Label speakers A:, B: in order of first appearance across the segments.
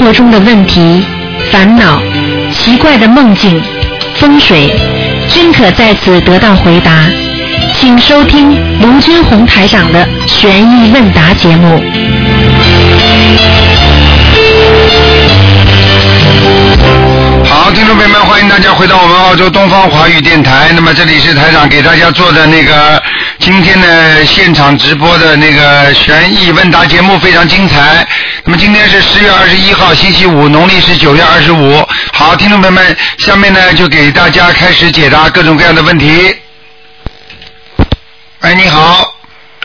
A: 活中的问题、烦恼、奇怪的梦境、风水，均可在此得到回答。请收听卢军红台长的《悬疑问答》节目。
B: 好，听众朋友们，欢迎大家回到我们澳洲东方华语电台。那么这里是台长给大家做的那个今天的现场直播的那个悬疑问答节目，非常精彩。那么今天是十月二十一号，星期五，农历是九月二十五。好，听众朋友们，下面呢就给大家开始解答各种各样的问题。哎，你好，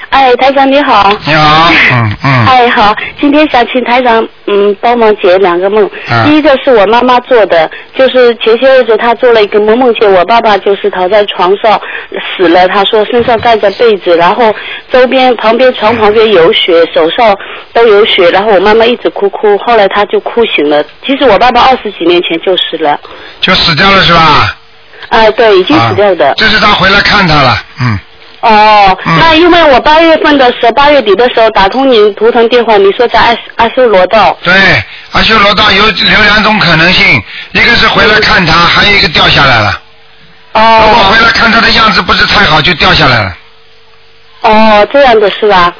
C: 哎，台长你好。
B: 你 好，嗯嗯，
C: 哎，好，今天想请台长，嗯，帮忙解两个梦。
B: 啊
C: 第一个是我妈妈做的，就是前些日子她做了一个梦，梦见我爸爸就是躺在床上死了，她说身上盖着被子，然后周边旁边床旁边有血，手上都有血，然后我妈妈一直哭哭，后来她就哭醒了。其实我爸爸二十几年前就死了，
B: 就死掉了是吧？
C: 哎，对，已经死掉的。
B: 啊这是他回来看他了，嗯，
C: 哦，
B: 嗯
C: 那因为我八月份的时候，八月底的时候打通您图腾电话，你说在阿阿修罗道。
B: 对，阿修罗道有有两种可能性，一个是回来看他，还有一个掉下来了。如果
C: 嗯哦
B: 回来看他的样子不是太好，就掉下来了。
C: 哦，这样的是吧？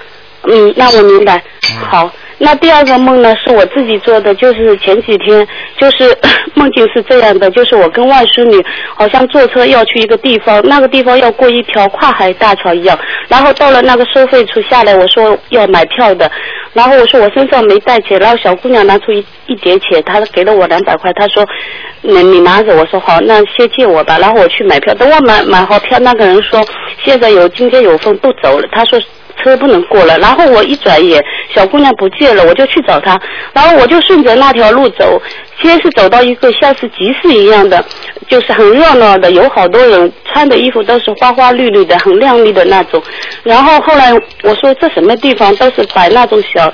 C: 嗯，那我明白。好，那第二个梦呢，是我自己做的，就是前几天，就是 梦境是这样的，就是我跟外孙女好像坐车要去一个地方，那个地方要过一条跨海大桥一样，然后到了那个收费处下来，我说要买票的，然后我说我身上没带钱，然后小姑娘拿出一一叠钱，她给了我两百块，她说你你拿着，我说好，那先借我吧，然后我去买票，等我买买好票，那个人说现在有今天有空不走了，他说。车不能过了，然后我一转眼，小姑娘不见了，我就去找她，然后我就顺着那条路走，先是走到一个像是集市一样的，就是很热闹的，有好多人穿的衣服都是花花绿绿的，很亮丽的那种。然后后来我说这什么地方都是摆那种小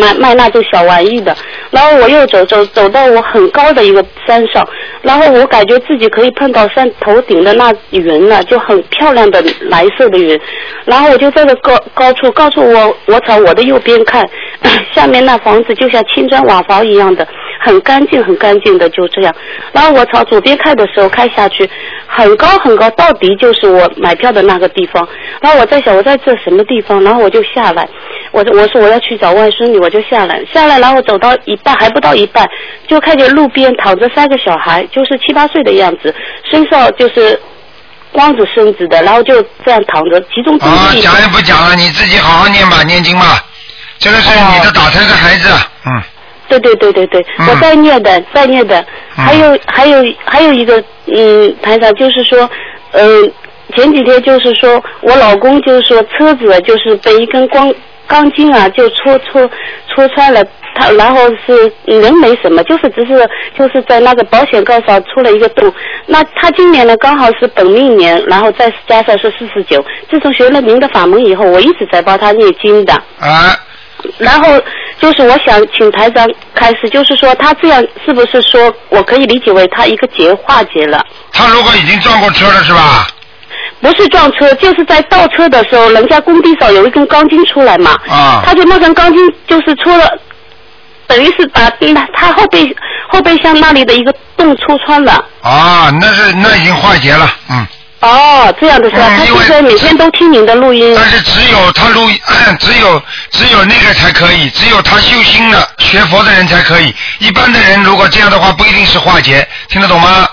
C: 卖卖那种小玩意的，然后我又走走走到我很高的一个山上，然后我感觉自己可以碰到山头顶的那云了，就很漂亮的蓝色的云，然后我就在这个高高处，告诉我我朝我的右边看， 下面那房子就像青砖瓦房一样的，很干净很干净的就这样，然后我朝左边看的时候看下去，很高很高，到底就是我买票的那个地方，然后我在想我在这什么地方，然后我就下来。我就我说我要去找外孙女，我就下来，下来然后走到一半还不到一半，就看见路边躺着三个小孩，就是七八岁的样子，身上就是光着身子的，然后就这样躺着，集中精
B: 啊，
C: 力。
B: 讲也不讲了，你自己好好念吧，念经吧。这个是你的打胎的孩子，嗯，
C: 对对对对对，
B: 嗯
C: 我在念的，在念的，
B: 嗯
C: 还有还有还有一个，嗯，台长就是说，嗯，前几天就是说我老公就是说车子就是被一根光钢筋啊就戳戳戳穿了，他然后是人没什么，就是只是就是在那个保险杠上出了一个洞。那他今年呢刚好是本命年，然后再加上是四十九，自从学了您的法门以后，我一直在帮他念经的。
B: 啊，
C: 然后就是我想请台长开始，就是说他这样是不是说我可以理解为他一个结化解了？
B: 他如果已经撞过车了是吧？
C: 不是撞车，就是在倒车的时候，人家工地上有一根钢筋出来嘛，
B: 啊
C: 他就那根钢筋就是戳了，等于是把那他后背后备箱那里的一个洞戳穿了。
B: 啊，那是那已经化解了，嗯。
C: 哦，这样的是吧？
B: 嗯
C: 他
B: 因为
C: 现在每天都听您的录音。
B: 但是只有他录，哎只有只有那个才可以，只有他修心了、学佛的人才可以。一般的人如果这样的话，不一定是化解，听得懂吗？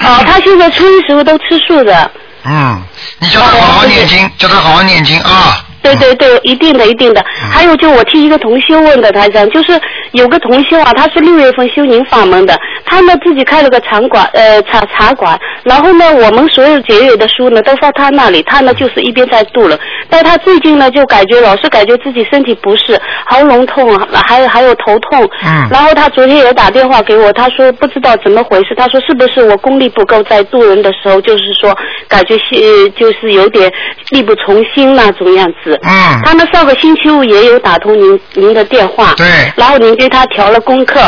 C: 哦，他现在初一时候都吃素的。
B: 嗯，你叫他好好念经，叫他好好念经啊。嗯
C: 对对对，一定的，一定的。还有就我听一个同修问的，台长，就是有个同修啊，他是六月份修您法门的，他呢自己开了个茶馆，呃茶茶馆，然后呢我们所有节约的书呢都放他那里，他呢就是一边在读了，但他最近呢就感觉老是感觉自己身体不适，喉咙痛，啊还有还有头痛，
B: 嗯
C: 然后他昨天也打电话给我，他说不知道怎么回事，他说是不是我功力不够，在渡人的时候就是说感觉是就是有点力不从心那种样子。
B: 嗯
C: 他们上个星期五也有打通您您的电话，
B: 对
C: 然后您给他调了功课，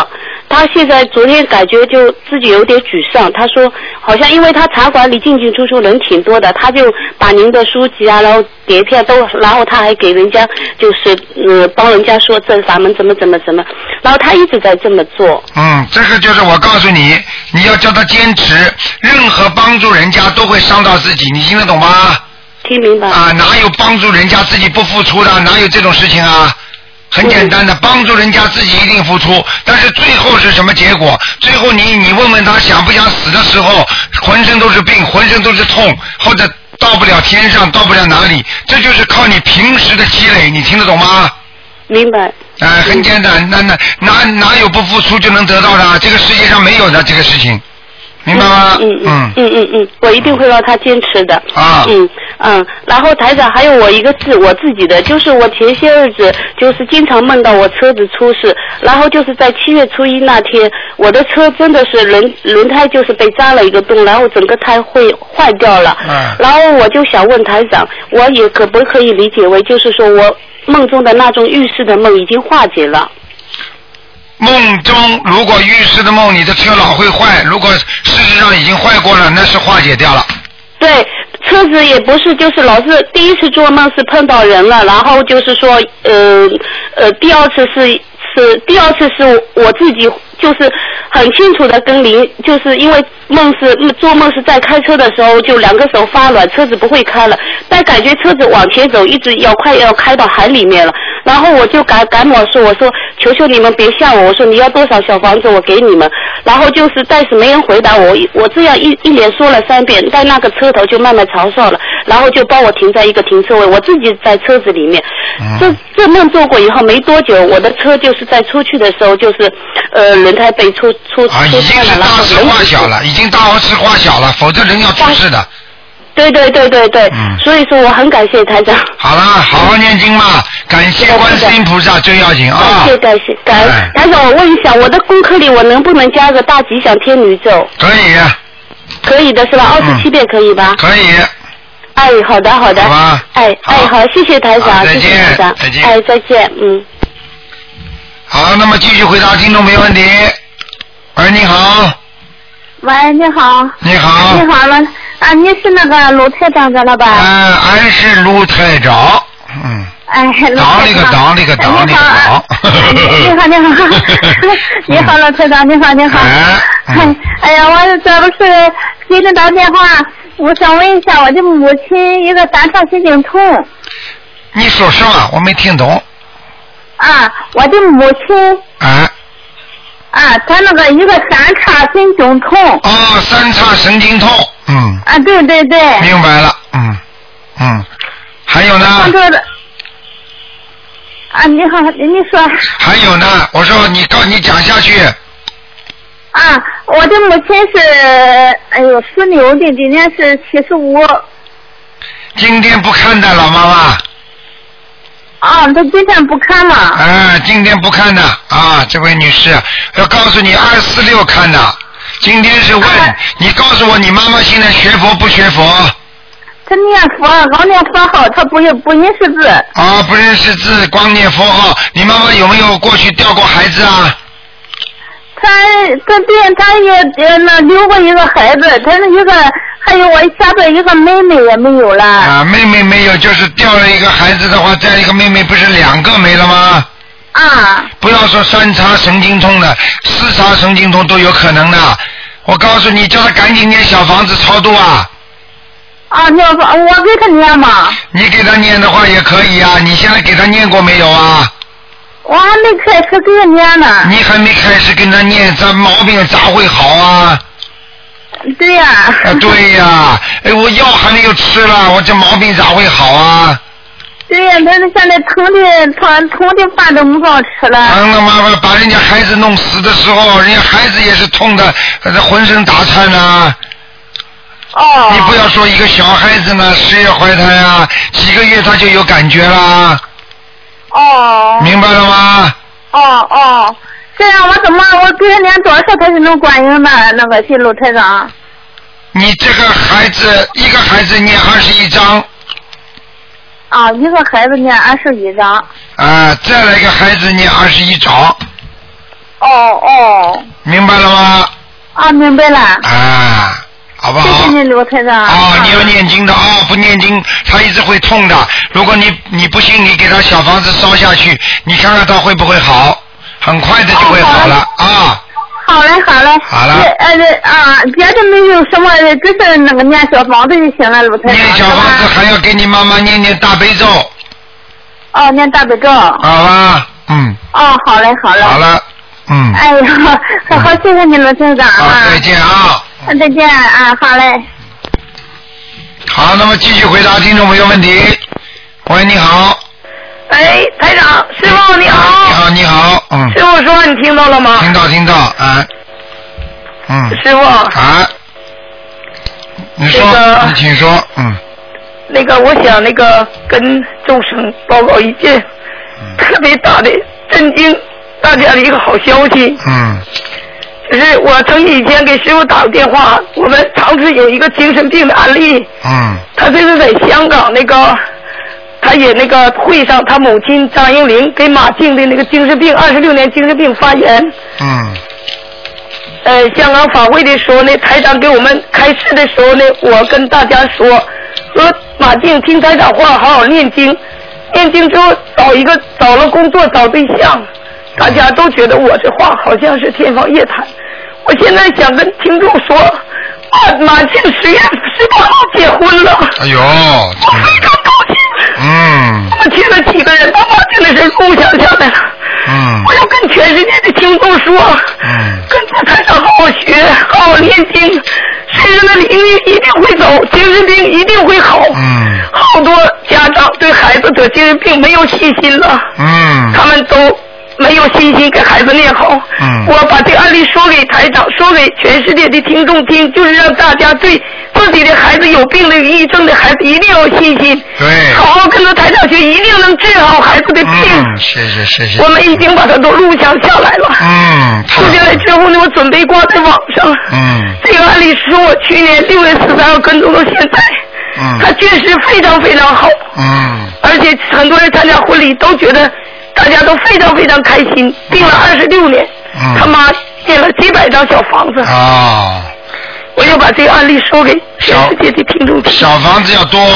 C: 他现在昨天感觉就自己有点沮丧，他说好像因为他茶馆里进进出出人挺多的，他就把您的书籍啊，然后碟片都，然后他还给人家就是呃帮人家说这法门怎么怎么怎么，然后他一直在这么做。
B: 嗯，这个就是我告诉你，你要叫他坚持，任何帮助人家都会伤到自己，你听得懂吗？
C: 听明白？
B: 啊，哪有帮助人家自己不付出的？哪有这种事情啊？很简单的，帮助人家自己一定付出，但是最后是什么结果？最后你你问问他想不想死的时候，浑身都是病，浑身都是痛，或者到不了天上，到不了哪里，这就是靠你平时的积累，你听得懂吗？
C: 明白？
B: 哎、很简单，那那哪哪有不付出就能得到的？这个世界上没有的这个事情，明白吗？
C: 嗯嗯嗯嗯嗯，我一定会让他坚持的。
B: 啊
C: 嗯嗯，然后台长还有我一个字，我自己的，就是我前些日子就是经常梦到我车子出事，然后就是在七月初一那天，我的车真的是轮轮胎就是被扎了一个洞，然后整个胎会坏掉了。
B: 嗯
C: 然后我就想问台长，我也可不可以理解为就是说我梦中的那种预示的梦已经化解了？
B: 梦中如果预示的梦，你的车老会坏；如果事实上已经坏过了，那是化解掉了。
C: 对，车子也不是，就是老是第一次做梦是碰到人了，然后就是说，呃呃，第二次是是第二次是我自己就是很清楚的跟您，就是因为梦是做梦是在开车的时候就两个手发软，车子不会开了，但感觉车子往前走，一直要快要开到海里面了，然后我就赶赶忙说，我说求求你们别吓我，我说你要多少小房子我给你们，然后就是但是没人回答我，我这样一一连说了三遍，但那个车头就慢慢嘲笑了，然后就帮我停在一个停车位，我自己在车子里面，
B: 嗯
C: 这这梦做过以后没多久，我的车就是在出去的时候就是，呃轮胎被出出出
B: 啊，已经
C: 穿了，
B: 是
C: 然
B: 大
C: 后
B: 事
C: 人
B: 化小了，已经大事化小了，否则人要出事的。
C: 对对对对对，
B: 嗯
C: 所以说我很感谢台长，
B: 好啦，好好念经嘛，感谢观世音菩萨最要紧啊
C: 感谢！感谢感
B: 哎
C: 恩，台长我问一下，我的功课里我能不能加个大吉祥天女咒？
B: 可以，
C: 可以的是吧？二
B: 嗯
C: 十七遍可以吧？
B: 可以，
C: 哎，好的好的
B: 好，吧。
C: 哎
B: 好
C: 哎好，谢谢台
B: 好
C: 长，
B: 再
C: 谢
B: 见
C: 谢台长，
B: 再见
C: 哎再见，嗯。
B: 好，那么继续回答听众没问题。喂，你好，
D: 喂，你好。
B: 你好，
D: 你好，了啊，你是那个卢台长的了吧？
B: 嗯，俺是卢台长，嗯，
D: 哎，卢
B: 党
D: 台
B: 那个
D: 长。
B: 党那个党那
D: 你
B: 个
D: 好
B: 党，
D: 啊，你好，你好你好，卢台长，你好，你好。
B: 哎嗯
D: 哎，哎呀，我这不是给你打电话，我想问一下我的母亲一个三叉神经痛
B: 你说什么？我没听懂。
D: 啊，我的母亲
B: 哎，
D: 啊，她那个一个三叉神经痛
B: 哦，三叉神经痛，嗯，
D: 啊，对对对，
B: 明白了，嗯，嗯，还有呢
D: 她，这个啊，你好，你说。
B: 还有呢，我说你告你讲下去，
D: 啊，我的母亲是，哎呦，属牛的，今年是七十五。
B: 今天不看的老妈妈，
D: 啊，她今天不看嘛。
B: 哎，今天不看的啊，这位女士，要告诉你二四六看的，今天是问、
D: 哎
B: 你告诉我你妈妈现在学佛不学佛？
D: 她念佛，老念佛号，她不认不认识字。
B: 啊，不认识字，光念佛号。你妈妈有没有过去掉过孩子啊？
D: 她她对她也呃那留过一个孩子，她那一个还有我下边一个妹妹也没有了。啊
B: 啊，妹妹没有，就是掉了一个孩子的话，再一个妹妹不是两个没了吗？
D: 啊
B: 不要说三叉神经痛的，四叉神经痛都有可能的。我告诉你，叫他赶紧念小房子超度啊！
D: 啊，你要说我给她念嘛，
B: 你给他念的话也可以啊。你现在给他念过没有啊？
D: 我还没开始给她念呢。
B: 你还没开始跟他念，咱毛病咋会好啊？
D: 对呀、
B: 啊，对呀、哎，我药还没有吃了，我这毛病咋会好啊？
D: 对呀、她现在疼的疼疼的饭都没法吃了。
B: 疼他妈妈把人家孩子弄死的时候，人家孩子也是痛的，呃浑身打颤呐、
D: 哦。
B: 你不要说一个小孩子呢，十月怀胎啊，几个月他就有感觉啦，
D: 哦
B: 明白了吗？
D: 哦哦，这样我怎么我给他念多少他是能观音的那个谢鲁台长？
B: 你这个孩子，一个孩子念二十一章，
D: 啊，一个孩子念二十一章。
B: 啊、再来一个孩子念二十一章，
D: 哦哦
B: 明白了吗？
D: 啊，明白了，
B: 啊，好不
D: 谢
B: 好
D: 谢？你卢台长。
B: 哦，你要念经的哦，不念经他一直会痛的。如果你你不信，你给他小房子烧下去，你看看他会不会好，很快的就会好
E: 哦
B: 了啊。
D: 好嘞，好嘞。
B: 好了
D: 这呃啊，别的没有什么，就是那个念小房子就行了，卢台长。
B: 念小
D: 是吧
B: 房子还要给你妈妈念念大悲咒，
D: 哦，念大悲咒。哦，
B: 好吧？嗯，
D: 好嘞，好嘞。
B: 好。了，嗯，
D: 哎呀，好好谢谢你卢台长
B: 好，
D: 啊。
B: 再见啊。
D: 啊。再见啊，好嘞。
B: 好，那么继续回答听众朋友问题。喂，你好，
E: 哎，台长，师傅你
B: 你
E: 好，
B: 好，你好，嗯
E: 师，傅说你听到了吗？
B: 听到听到，啊，嗯，
E: 师傅，
B: 啊，你
E: 那
B: 说，
E: 个
B: 你请说，嗯，
E: 那个我想那个跟众生报告一件
B: 嗯
E: 特别大的震惊大家的一个好消息，
B: 嗯，
E: 就是我曾经以前给师傅打过电话，我们长春有一个精神病的案例，
B: 嗯，
E: 他这是在香港那个，他也那个会上，他母亲张英玲给马静的那个精神病二十六年精神病发言。
B: 嗯，
E: 呃，香港法会的时候呢，台长给我们开示的时候呢，我跟大家说，说马静听台长话，好好念经，念经之后找一个找了工作找对象，大家都觉得我这话好像是天方夜谭。我现在想跟听众说，啊，马静十月十八号结婚了，
B: 哎呦，
E: 我
B: 嗯
E: 非常高兴。
B: 嗯
E: 我去了几个人，把马静的事录下下来了。
B: 嗯
E: 我要跟全世界的听众说，
B: 嗯
E: 跟着台长好好学，好好念经，身上的灵力一定会走，精神病一定会好。
B: 嗯
E: 好多家长对孩子得精神病没有信心了，
B: 嗯
E: 他们都没有信心给孩子念好。
B: 嗯
E: 我把这个案例说给台长，说给全世界的听众听，就是让大家对自己的孩子有病的、有抑郁症的孩子一定要有信心。
B: 对，
E: 好好跟着台长学，一定能治好孩子的病。
B: 嗯，谢谢谢谢
E: 我，们已经把它都录像下来了。
B: 嗯，太
E: 录下
B: 好
E: 来
B: 了，
E: 之后呢，我准备挂在网上。
B: 嗯
E: 这个案例是我去年六月十三号跟踪到现在，它
B: 嗯
E: 确实非常非常好，
B: 嗯
E: 而且很多人参加婚礼都觉得大家都非常非常开心。病了二十六年，
B: 嗯
E: 他妈建了几百张小房子，
B: 哦。
E: 我就把这个案例说给全世界的听众听。
B: 小房子要多，哎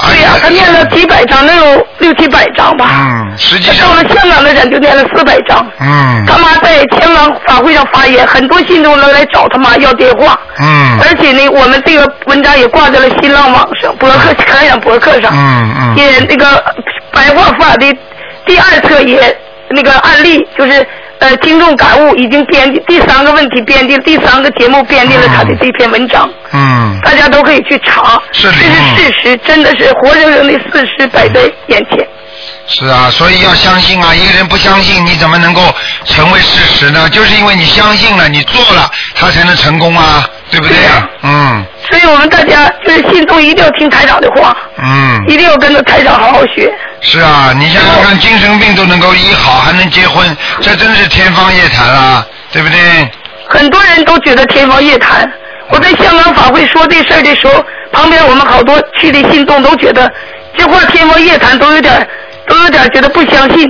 B: 而
E: 对
B: 且
E: 呀、他念了几百张，能有六七百张吧。
B: 嗯，实际
E: 他
B: 上
E: 到，了香港的人就念了四百张。
B: 嗯
E: 他妈在香港法会上发言，很多信众都来找他妈要电话。
B: 嗯
E: 而且呢，我们这个文章也挂在了新浪网上、博客、感染博客上，
B: 嗯嗯
E: 也那个白话法的第二册也那个案例，就是呃听众感悟已经编辑第三个问题编辑第三个节目编辑了他的这篇文章，
B: 嗯，
E: 大家都可以去查，
B: 是
E: 这
B: 的嗯
E: 是事实，真的是活生生的事实摆在眼前。
B: 是啊，所以要相信啊，一个人不相信，你怎么能够成为事实呢？就是因为你相信了，你做了，他才能成功啊，对不对
E: 对呀？
B: 嗯
E: 所以我们大家就是心中一定要听台长的话，
B: 嗯，
E: 一定要跟着台长好好学。
B: 是啊，你想想看，精神病都能够医好，还能结婚，这真是天方夜谭啊，对不对？
E: 很多人都觉得天方夜谭。我在香港法会说这事儿的时候，旁边我们好多去的信众都觉得这话天方夜谭，都有点都有点觉得不相信。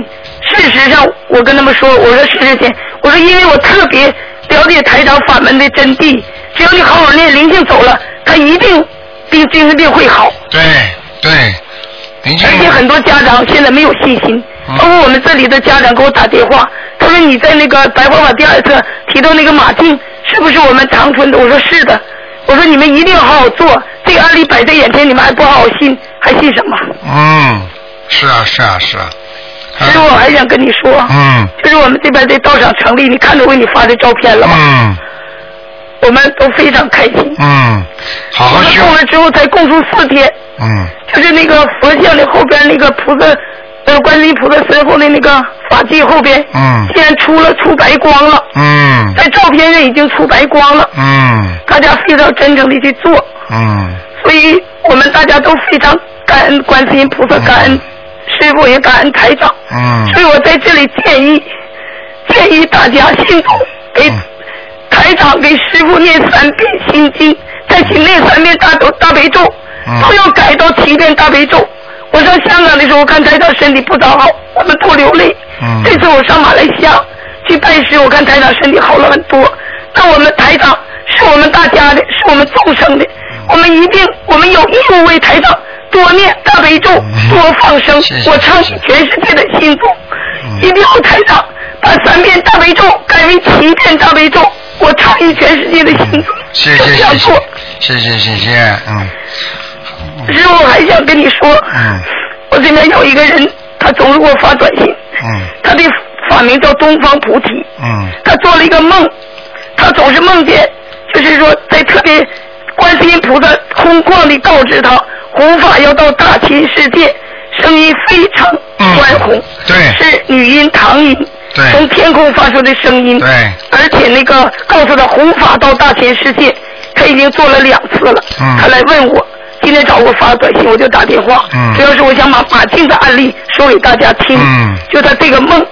E: 事实上，我跟他们说，我说事实前，我说因为我特别了解台长法门的真谛，只要你好好练，灵性走了，他一定病精神病会好。
B: 对对，林静
E: 而，且很多家长现在没有信心，
B: 嗯
E: 包括我们这里的家长给我打电话，他说你在那个白话法第二册提到那个马静是不是我们长春的？我说是的，我说你们一定要好好做，这个案例摆在眼前，你们还不好好信，还信什么？
B: 嗯，是啊是啊是啊，
E: 其实我还想跟你说，
B: 嗯
E: 就是我们这边的道场成立，你看着我给你发的照片了吗？
B: 嗯。
E: 我们都非常开心。
B: 嗯，好
E: 我
B: 好
E: 们
B: 修。
E: 供了之后才供出四天，
B: 嗯
E: 就是那个佛像的后边那个菩萨，呃，观世音菩萨身后的那个法器后边，
B: 嗯
E: 现在出了出白光了，
B: 嗯
E: 在照片上已经出白光了，
B: 嗯
E: 大家非常真诚的去做，
B: 嗯，
E: 所以我们大家都非常感恩观世音菩萨，感恩师傅也感恩台长，
B: 嗯
E: 所以我在这里建议建议大家信众给
B: 嗯
E: 台长给师傅念三遍心经，再请念三遍大咒大悲咒
B: 嗯，
E: 都要改到七遍大悲咒。我上香港的时候，我看台长身体不咋好，我们都流泪。
B: 嗯
E: 这次我上马来西亚，去去拜师，我看台长身体好了很多。那我们台长是我们大家的，是我们众生的，
B: 嗯
E: 我们一定，我们有义务为台长多念大悲咒，多放生。
B: 嗯谢谢
E: 我唱
B: 谢谢嗯
E: 全世界的心中，一定要台长把三遍大悲咒改为七遍大悲咒，我倡议全世界的心中
B: 嗯谢
E: 都
B: 谢
E: 这样
B: 谢
E: 做。
B: 谢谢谢谢谢，嗯
E: 师傅还想跟你说，
B: 哦嗯
E: 我这边有一个人，他总是给我发短信，
B: 嗯
E: 他的法名叫东方菩提，
B: 嗯
E: 他做了一个梦，他总是梦见，就是说在特别观世音菩萨空旷地告知他，弘法要到大千世界，声音非常宽宏，
B: 嗯对
E: 是女音唐音，
B: 对
E: 从天空发出的声音，
B: 对
E: 而且那个告诉他弘法到大千世界，他已经做了两次了。
B: 嗯
E: 他来问我，今天找我发短信，我就打电话。
B: 嗯
E: 主要是我想把马静的案例说给大家听。
B: 嗯
E: 就他这个梦，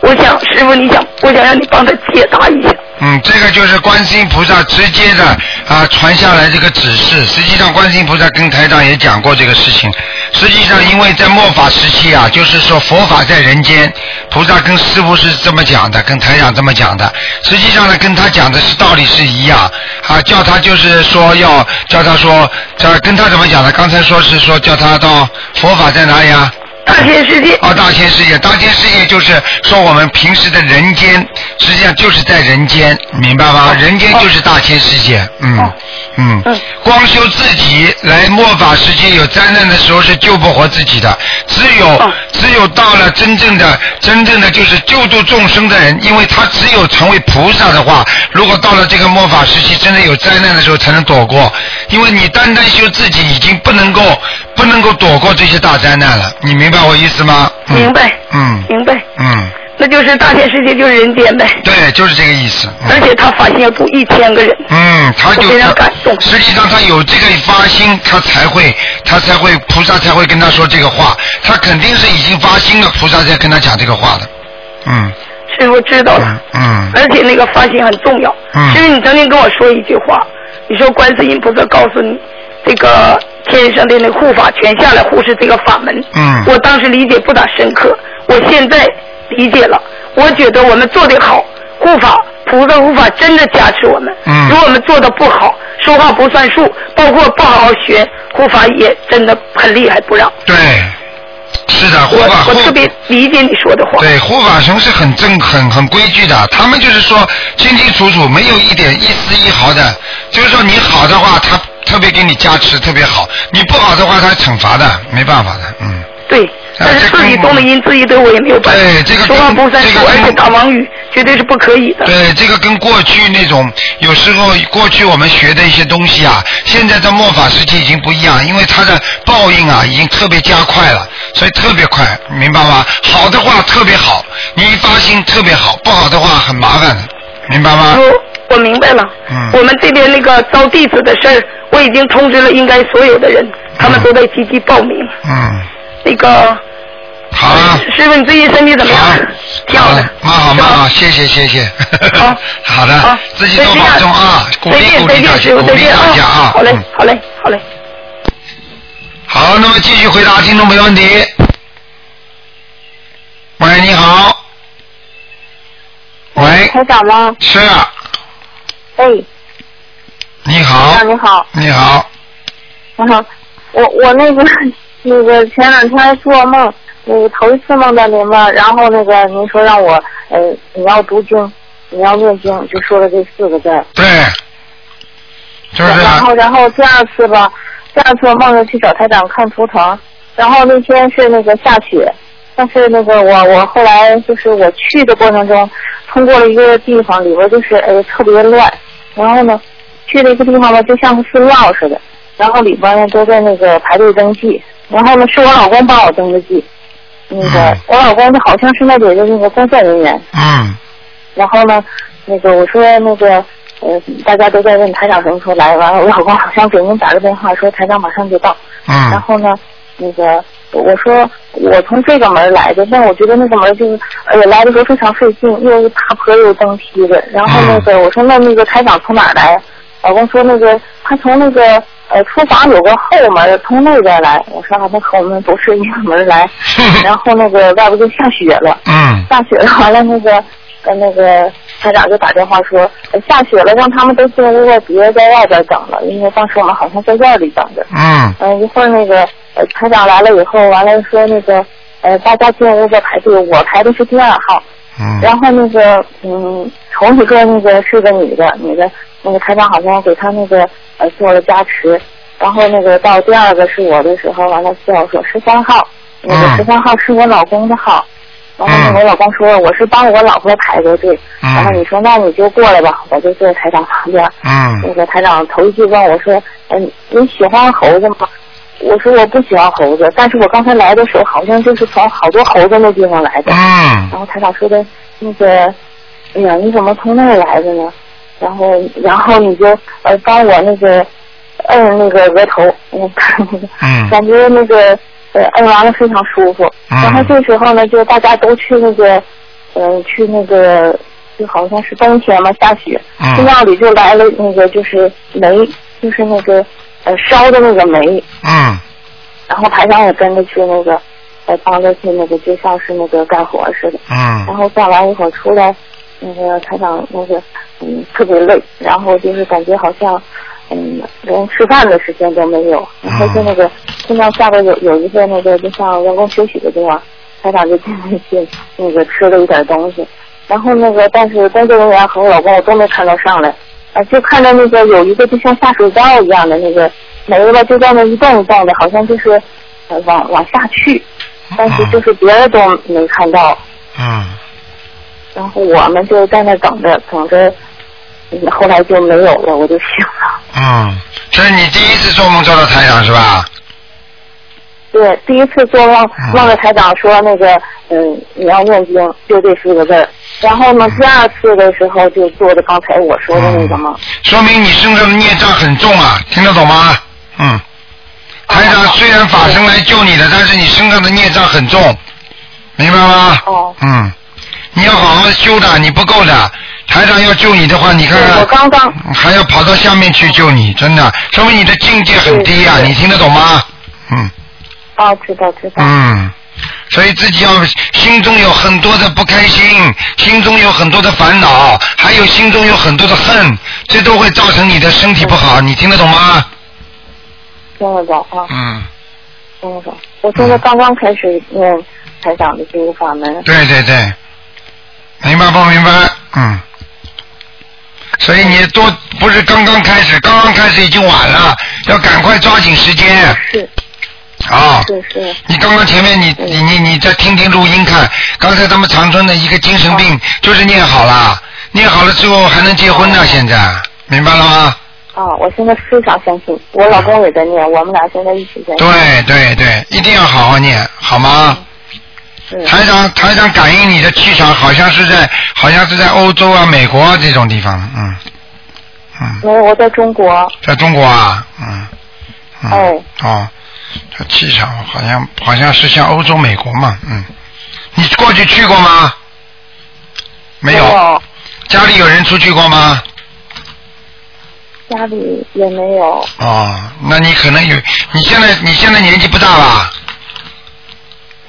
E: 我想师傅，你想，我想让你帮他解答一下。
B: 嗯，这个就是观世音菩萨直接的啊传下来这个指示。实际上，观世音菩萨跟台长也讲过这个事情。实际上，因为在末法时期啊，就是说佛法在人间，菩萨跟师傅是这么讲的，跟台长这么讲的。实际上呢，跟他讲的是道理是一样啊，叫他就是说要叫他说，这跟他怎么讲的？刚才说是说叫他到佛法在哪里啊？
E: 大千世界，
B: 哦，大千世界，大千世界就是说我们平时的人间，实际上就是在人间，明白吗？人间就是大千世界，嗯嗯
E: 哦嗯，
B: 光修自己来末法时期有灾难的时候是救不活自己的，只有
E: 哦
B: 只有到了真正的真正的就是救度众生的人，因为他只有成为菩萨的话，如果到了这个末法时期真的有灾难的时候才能躲过，因为你单单修自己已经不能够不能够躲过这些大灾难了，你明白我意思吗？嗯、
E: 明白，
B: 嗯
E: 明白，
B: 嗯，
E: 那就是大千世界就是人间呗。
B: 对，就是这个意思。嗯
E: 而且他法心要度一千个人。
B: 嗯，他就
E: 我非常感动
B: 实际上他有这个发心，他才会他才会菩萨才会跟他说这个话，他肯定是已经发心了，菩萨才跟他讲这个话的。嗯
E: 师傅知道了。
B: 嗯嗯
E: 而且那个发心很重要。
B: 嗯
E: 师傅，你曾经跟我说一句话，你说观世音菩萨告诉你，这个天上的那护法全下来护持这个法门。
B: 嗯
E: 我当时理解不咋深刻，我现在理解了。我觉得我们做得好，护法菩萨护法真的加持我们。
B: 嗯
E: 如果我们做的不好，说话不算数，包括不好好学，护法也真的很厉害，不让。
B: 对，是的，护
E: 我
B: 法
E: 我
B: 护
E: 特别理解你说的话。
B: 对护法神是很正很很规矩的，他们就是说清清楚楚，没有一点一丝一毫的，就是说你好的话，他特别给你加持，特别好；你不好的话，他惩罚的，没办法的，嗯。
E: 对，但是自己动了因，自己对我也没有办法。
B: 对这个
E: 说话不算
B: 这
E: 数，
B: 个
E: 而且打王语绝对是不可以的。
B: 对，这个跟过去那种有时候过去我们学的一些东西啊，现在在末法时期已经不一样，因为它的报应啊已经特别加快了，所以特别快，明白吗？好的话特别好，你一发心特别好，不好的话很麻烦的，明白吗？
E: 我我明白了。
B: 嗯
E: 我们这边那个招弟子的事儿，我已经通知了应该所有的人，他们都在积极报名。
B: 嗯，
E: 那个
B: 好了，
E: 师傅，你最近身体怎么样
B: 好？
E: 挺
B: 好
E: 的
B: 了，啊蛮好
E: 是
B: 蛮
E: 吧
B: 好，谢谢谢谢。
E: 好
B: 好的
E: 好，，
B: 自己多保重啊，鼓
E: 再
B: 励
E: 见
B: 鼓
E: 再
B: 励
E: 见
B: 大
E: 师
B: 家，
E: 傅，
B: 鼓
E: 再
B: 励
E: 见
B: 大家啊
E: 啊！。好嘞
B: 嗯，
E: 好嘞，好嘞。
B: 好，那么继续回答听众朋友问题。喂，你好。喂，
D: 台长吗？
B: 是啊，
D: 哎，
B: 你
D: 台
B: 好
D: 长，你好，
B: 你好，
D: 你好，我我那个 那个前两天做梦，那个头一次梦到您了，然后那个您说让我呃你要读经，你要念经，就说了这四个字儿。
B: 对，就是
D: 然后，然后第二次吧，第二次我梦着去找台长看图腾，然后那天是那个下雪，但是那个我我后来就是我去的过程中，通过了一个地方，里边就是哎特别乱，然后呢，去了一个地方吧，就像是寺庙似的，然后里边呢都在那个排队登记，然后呢是我老公帮我登的记，那个、
B: 嗯
D: 我老公他好像是那里的那个工作人员，
B: 嗯
D: 然后呢，那个我说那个呃，大家都在问台长什么时候来，完了我老公好像给您打个电话说台长马上就到，然
B: 嗯。
D: 后呢，那个我说我从这个门儿来的，但我觉得那个门儿就是，哎呀，来的时候非常费劲，又是爬坡又登梯的。然后那个我说那那个台长从哪儿来呀？老公说那个呃他从那个呃厨房有个后门儿，从那边来。我说啊，那和我们不是一个门儿来 然后那个外边就下雪了。
B: 嗯
D: 下雪了，完了那个，跟那个台长就打电话说，呃下雪了，让他们都进屋了，别在外边等了，因为当时我们好像在院里等着。
B: 嗯，
D: 嗯，一会儿那个呃台长来了以后，完了说那个呃大家进屋再排队，我排的是第二号。
B: 嗯，
D: 然后那个嗯，红几个那个是个女的，女的那个台长好像给她那个呃做了加持，然后那个到第二个是我的时候，完了笑说十三号，那
B: 嗯
D: 个十三号是我老公的号，然后那个
B: 嗯
D: 我老公说我是帮我老婆排的队，
B: 嗯
D: 然后你说那你就过来吧，我就坐台长旁边，那
B: 嗯，
D: 个台长头一句问我说：“嗯，你喜欢猴子吗？”我说我不喜欢猴子，但是我刚才来的时候好像就是从好多猴子那地方来的。
B: 嗯，
D: 然后台长说的，那个，哎呀，你怎么从那儿来的呢？然后，然后你就呃帮我那个摁那个额头，嗯，
B: 嗯
D: 感觉那个呃摁完了非常舒服。
B: 嗯
D: 然后这时候呢，就大家都去那个，呃，去那个，就好像是冬天嘛，下雪，
B: 嗯
D: 这庙里就来了那个就是煤，就是那个呃烧的那个煤，
B: 嗯，
D: 然后台长也跟着去那个，呃帮着去那个，就像是那个干活似的。然
B: 嗯，
D: 后干完一会儿出来，那个台长那个嗯特别累，然后就是感觉好像嗯连吃饭的时间都没有，然后就那个现在下边有有一个那个就像员工休息的地方，台长就进去那个吃了一点东西，然后那个但是工作人员和我老公我都没看到上来，啊就看到那个有一个就像下水道一样的那个没了就在那一动一动的，好像就是呃往往下去，但是就是别的都没看到。
B: 嗯，
D: 然后我们就在那等着，等着，嗯后来就没有了，我就醒了。
B: 嗯，这是你第一次做梦做到台长是吧？
D: 对，第一次做梦
B: 嗯，
D: 梦着台长说那个，嗯，你要念经，就这四个字儿。然后
B: 嗯
D: 呢，第二次的时候就做的刚才我说的那个梦。
B: 说明你身上的孽障很重啊，听得懂吗？嗯，台
D: 哦
B: 长虽然法身来救你的，但是你身上的孽障很重，明白吗？
D: 哦，
B: 嗯，你要好好修的，你不够的。台长要救你的话，你看
D: 对，我
B: 看
D: 刚刚，
B: 还要跑到下面去救你，真的，说明你的境界很低啊，
D: 对对
B: 你听得懂吗？嗯
D: 哦，知道知道，
B: 嗯，所以自己要心中有很多的不开心，心中有很多的烦恼，还有心中有很多的恨，这都会造成你的身体不好，你听得懂吗？
D: 听得懂啊，
B: 嗯，
D: 听得懂。我现在刚刚开始念台长的这个法门。
B: 对对对，明白不明白？嗯。所以你多不是刚刚开始，刚刚开始已经晚了，要赶快抓紧时间
D: 是
B: 啊！
D: 是是，嗯
B: 你刚刚前面你你你你再听听录音看，刚才他们长春的一个精神病就是念好了，念好了之后还能结婚呢，现在明白了吗？
D: 啊，我现在非常相信，我老公也在念，我们俩现在一起在念。
B: 对对对，一定要好好念，好吗？
D: 嗯
B: 台长台长感应你的气场，好像是在好像是在欧洲啊、美国啊这种地方，嗯嗯，
D: 没有，我在中国。
B: 在中国啊，嗯嗯
D: 哎
B: 哦，这气场好像好像是像欧洲、美国嘛，嗯，你过去去过吗？没有。家里有人出去过吗？
D: 家里也没有。
B: 哦，那你可能有。你现在你现在年纪不大吧？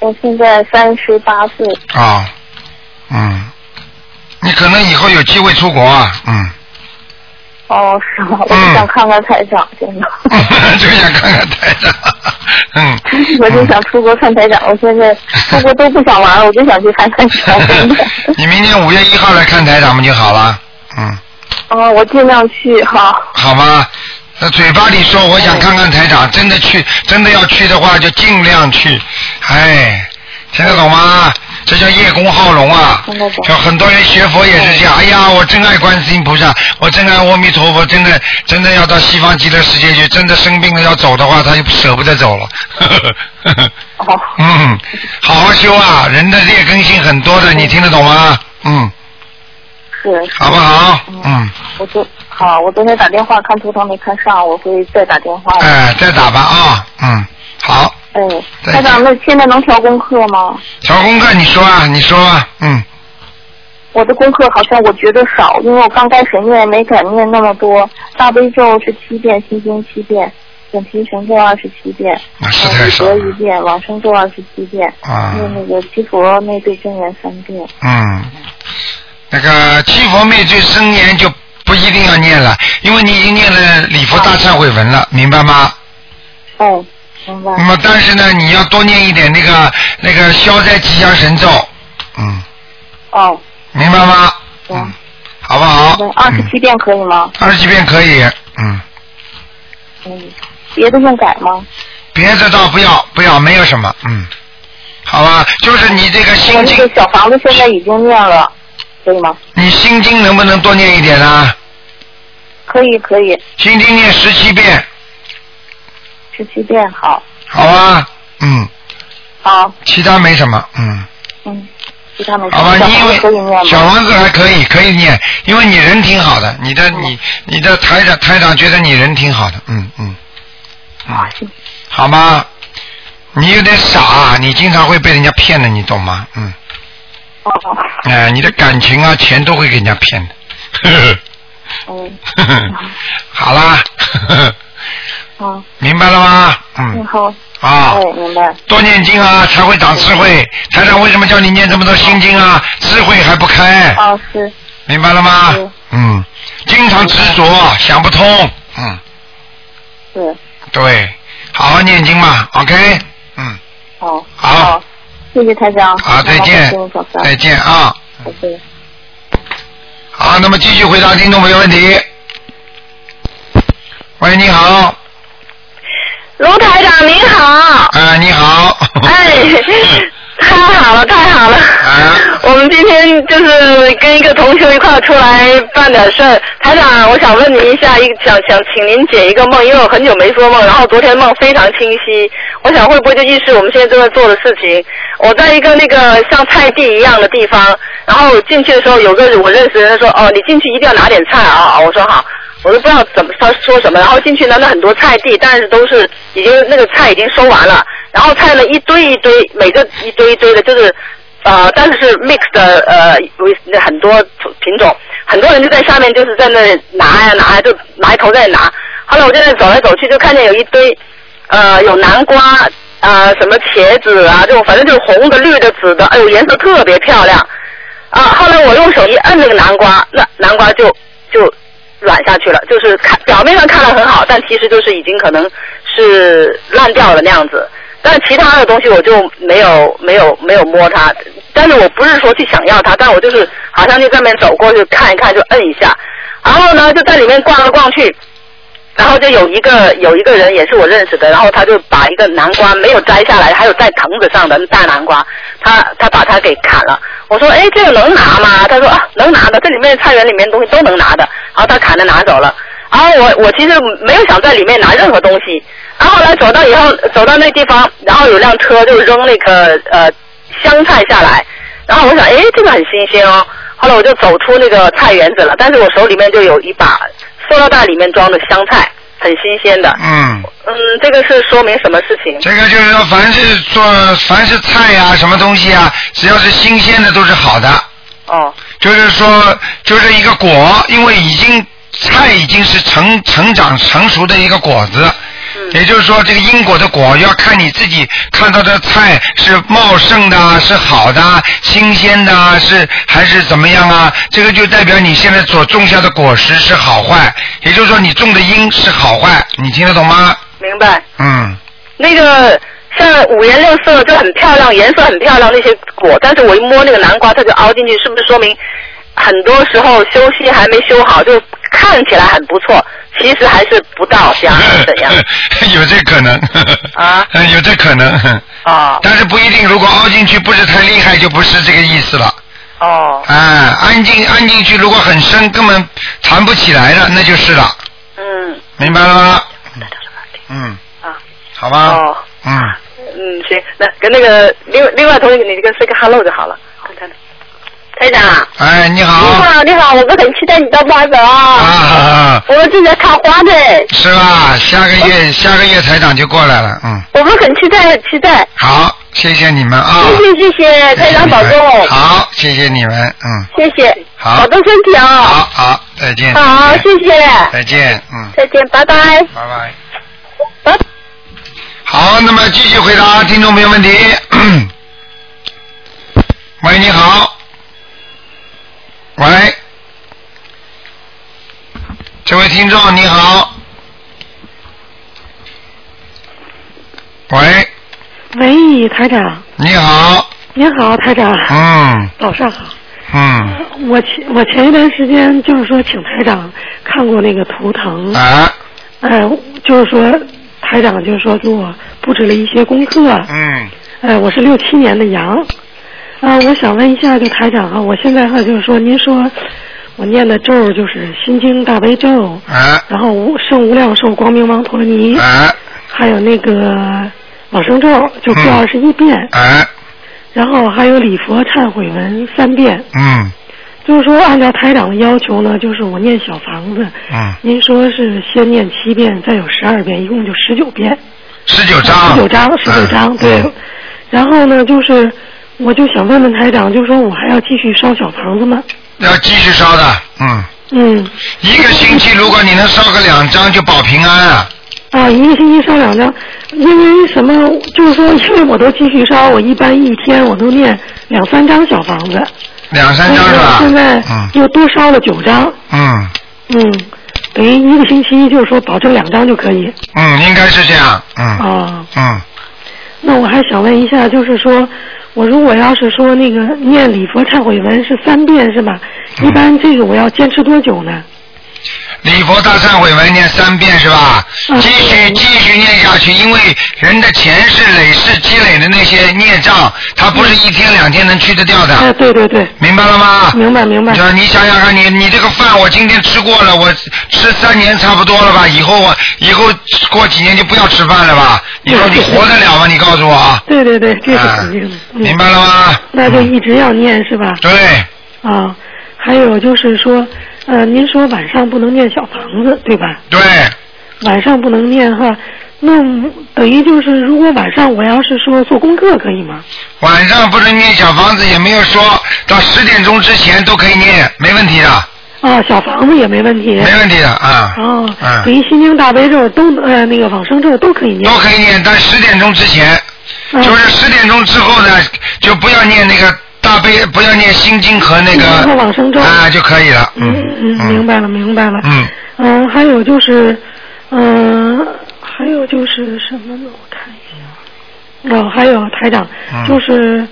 D: 我现在三十八岁，
B: 啊、嗯，你可能以后有机会出国啊，嗯，
D: 哦，是吗？我就想看看台长，真的。
B: 就想看看台长，嗯，
D: 我就想出国看台长，我现在出国都不想玩了，我就想去看台长，真的。
B: 嗯你明年五月一号来看台长不就好了？嗯，
D: 哦，我尽量去哈。
B: 好吗？那嘴巴里说我想看看台长，真的去，真的要去的话就尽量去，哎，听得懂吗？这叫叶公好龙啊
D: 听得！懂
B: 就很多人学佛也是这样，哎呀，我真爱观世音菩萨，我真爱阿弥陀佛，真的真的要到西方极乐世界去，真的生病了要走的话，他就舍不得走了。
D: 哦，
B: 嗯，好好修啊，人的劣根性很多的，你听得懂吗？嗯，
D: 是。
B: 好不好？嗯，
D: 我昨好，我昨天打电话看图腾没看上，我会再打电话。
B: 哎、再打吧啊，嗯，好。
D: 嗯，
B: 再见
D: 台长，那现在能调功课吗？
B: 小功课，你说啊，你说啊，嗯，
D: 我的功课好像我觉得少，因为我刚开始念没敢念那么多。大悲咒是七遍，心经七遍，准提神咒二十七遍，
B: 那是太
D: 礼
B: 少
D: 佛
F: 嗯
B: 了
D: 一遍，往生咒二十七遍，
B: 啊
D: 还有那个七佛那对真言三遍。
B: 嗯，那个七佛灭罪真言就不一定要念了，因为你已经念了礼佛大忏悔文了，明白吗？
D: 哦，明白
B: 那。么但是呢，你要多念一点那个那个消灾吉祥神咒，嗯，
D: 哦，
B: 明白吗？
D: 嗯
B: 嗯，好不好嗯
D: 对，？二十七遍可以吗？
B: 二十七遍可以，嗯，
D: 嗯，别的用改吗？
B: 别的倒不要不要，没有什么，嗯，好吧，就是你这个
D: 我
B: 心
D: 那
B: 经，
D: 个小房子现在已经念了，可以吗？
B: 你心经能不能多念一点啊？
D: 可以，可以，
B: 心经念十七遍，
D: 十七遍，好，
B: 好吧？嗯，
D: 好，
B: 其他没什么，嗯。
D: 嗯，其他没事。
B: 好吧，
D: 小
B: 你因
D: 房子可以念
B: 为小
D: 吗？
B: 王子还可以，可以念，因为你人挺好的，你
D: 嗯
B: 的你你的台长台长觉得你人挺好的，嗯嗯，
D: 啊，行
B: 好吗？你有点傻，啊你经常会被人家骗的，你懂吗？嗯，
D: 哦，
B: 哎、你的感情啊，钱都会给人家骗的， 呵
D: 嗯，
B: 呵呵呵，好啦， 呵呵
D: 嗯，
B: 明白了吗？
D: 嗯，
B: 嗯，
D: 好，
B: 啊、
D: 哎，明白，
B: 多念经啊，才会长智慧。台长为什么叫你念这么多心经啊？智慧还不开。
D: 啊，是，
B: 明白了吗
D: 嗯？
B: 嗯，经常执着，想不通。嗯，
D: 是，
B: 对，好好念经嘛，OK。嗯，
D: 好，
B: 好
D: 好，谢谢台长，
B: 好，再见
D: 好好，
B: 再见啊。
D: 再见。
B: 好，那么继续回答听众朋友问题。喂，你好，
G: 卢台长您好，
B: 呃，你好。
G: 哎，太好了，太好了。
B: 啊
G: 我们今天就是跟一个同学一块儿出来办点事儿。台长，我想问您一下，一个想想请您解一个梦，因为我很久没做梦，然后昨天梦非常清晰。我想会不会就预示我们现在正在做的事情？我在一个那个像菜地一样的地方，然后进去的时候有个我认识的人他说：“哦，你进去一定要拿点菜啊。”我说好。我都不知道怎么他说什么，然后进去呢，那很多菜地，但是都是已经那个菜已经收完了，然后菜呢一堆一堆，每个一堆一堆的，就是呃，但是是 mix 的呃，with 很多品种，很多人就在下面就是在那拿呀拿呀，就埋头在拿。后来我就在走来走去，就看见有一堆呃有南瓜啊、呃什么茄子啊，这种反正就是红的、绿的、紫的，哎呦颜色特别漂亮啊。后来我用手一摁那个南瓜，那南瓜就就软下去了，就是看表面上看来很好，但其实就是已经可能是烂掉了那样子。但其他的东西我就没有没有没有摸它，但是我不是说去想要它，但我就是好像就在那边走过去看一看，就摁一下，然后呢就在里面逛来逛去，然后就有一个有一个人也是我认识的，然后他就把一个南瓜没有摘下来，还有在藤子上的大南瓜，他他把它给砍了。我说，哎，这个能拿吗？他说啊，能拿的，这里面菜园里面东西都能拿的。然后他砍了拿走了。然后我我其实没有想在里面拿任何东西。然后后来走到以后，走到那地方，然后有辆车就扔那个呃香菜下来，然后我想，哎，这个很新鲜哦。后来我就走出那个菜园子了，但是我手里面就有一把塑料袋，里面装的香菜，很新鲜的。
B: 嗯，
G: 嗯，这个是说明什么事情？
B: 这个就是说，凡是做凡是菜呀、什么东西啊，只要是新鲜的都是好的。
G: 哦，
B: 就是说，就是一个果，因为已经菜已经是成成长成熟的一个果子，也就是说，这个因果的果要看你自己看到的菜是茂盛的啊，是好的啊，新鲜的啊，是还是怎么样啊？这个就代表你现在所种下的果实是好坏，也就是说你种的因是好坏，你听得懂吗？
G: 明白。
B: 嗯，
G: 那个像五颜六色就很漂亮，颜色很漂亮那些果，但是我一摸那个南瓜，它就凹进去，是不是说明很多时候修心还没修好，就看起来很不错，其实还是不到家是怎样？
B: 有这可能
G: 啊
B: 嗯有这可能，
H: 啊
G: 哦
B: 但是不一定，如果凹进去不是太厉害，就不是这个意思了。
G: 哦，
B: 哎，安静安进去，如果很深，根本弹不起来了，那就是了，
G: 嗯，
B: 明白了吗？嗯，
G: 啊，
B: 好吧。
G: 哦，
B: 嗯，
G: 嗯，行，那跟那个另另外同学，你跟 say 个 hello 就好了，跟他的。台长，
B: 哎，你好。
H: 你好，啊你好，我们很期待你到巴
I: 哦
H: 德
B: 啊
H: 啊！
B: 啊， 啊
H: 我们正在看花呢，
B: 是吧？下个月下个月台长就过来了，嗯，
H: 哦我们很期待，很期待。
B: 好，谢谢你们啊。
H: 谢谢谢谢，台长保
B: 谢谢你们
H: 重，
B: 好，谢谢你们，嗯，
H: 谢谢，
B: 好
H: 保重身体
B: 好
H: 啊！
B: 好，再见。
H: 好，谢谢，
B: 再见，嗯，
H: 再见，拜拜。
B: 拜拜。
H: 拜拜
B: 好，那么继续回答听众朋友 问题。喂，你好。喂，位听众你好。喂，
J: 喂，台长，
B: 你好，
J: 您好，台长，
B: 嗯
J: 早上好。
B: 嗯，
J: 我前我前一段时间就是说请台长看过那个图腾，
B: 啊，
J: 呃，就是说台长就是说给我布置了一些功课，
B: 嗯，
J: 呃，我是六七年的羊，啊、我想问一下，就台长啊，我现在哈就是说，您说我念的咒就是心经大悲咒，
B: 啊
J: 然后无圣无量寿光明王陀尼，
B: 啊
J: 还有那个往生咒就各
B: 嗯
J: 二十一遍，
B: 啊，
J: 然后还有礼佛忏悔文三遍。
B: 嗯
J: 就是说，按照台长的要求呢，就是我念小房子，
B: 嗯，
J: 您说是先念七遍，再有十二遍，一共就十九遍。
B: 十九张，
J: 十九张，十九张，
B: 嗯
J: 对
B: 嗯。
J: 然后呢，就是我就想问问台长，就说我还要继续烧小房子吗？
B: 要继续烧的，嗯，
J: 嗯，
B: 一个星期如果你能烧个两张就保平安了，
J: 啊，一个星期烧两张，因为什么？就是说，因为我都继续烧，我一般一天我都念两三张小房子，
B: 两
J: 所
B: 三
J: 以
B: 张是
J: 说
B: 吧？
J: 现在
B: 啊嗯
J: 又多烧了九张，
B: 嗯
J: 嗯，等于一个星期就是说保证两张就可以。
B: 嗯，应该是这样，嗯
J: 啊，
B: 嗯
J: 那我还想问一下，就是说。我如果要是说那个念礼佛忏悔文是三遍是吧？
B: 嗯
J: 一般这个我要坚持多久呢？
B: 礼佛大忏悔文念三遍是吧？
J: 嗯
B: 继续继续念下去，因为人的前世累世积累的那些孽障，它不是一天两天能去得掉
J: 哎，
B: 的，
J: 对对对，
B: 明白了吗？
J: 明白明白。
B: 就你想想看，你你这个饭我今天吃过了，我吃三年差不多了吧？以后我以后过几年就不要吃饭了吧？你说你活得了吗？你告诉我啊，
J: 对对对，这是
B: 哎
J: 肯定的。嗯
B: 明白了吗？嗯
J: 那就一直要念是吧？
B: 对，
J: 啊，还有就是说，呃，您说晚上不能念小房子对吧？
B: 对，
J: 晚上不能念哈，那等于就是如果晚上我要是说做功课可以吗？
B: 晚上不能念小房子，也没有说到十点钟之前都可以念，没问题的，
J: 啊，小房子也没问题。
B: 没问题的啊。
J: 哦，
B: 嗯
J: 等于心经大悲咒都呃那个往生咒都可以念
B: 都。可以念，但十点钟之前，
J: 嗯
B: 就是十点钟之后呢，就不要念那个大悲，不要念心经和那
J: 心经和嗯往生咒
B: 个啊就可以了。
J: 嗯嗯，明白了明白了。
B: 嗯，
J: 嗯，还有就是，嗯、还有就是什么呢？我看一下。哦，还有台长，
B: 嗯
J: 就是，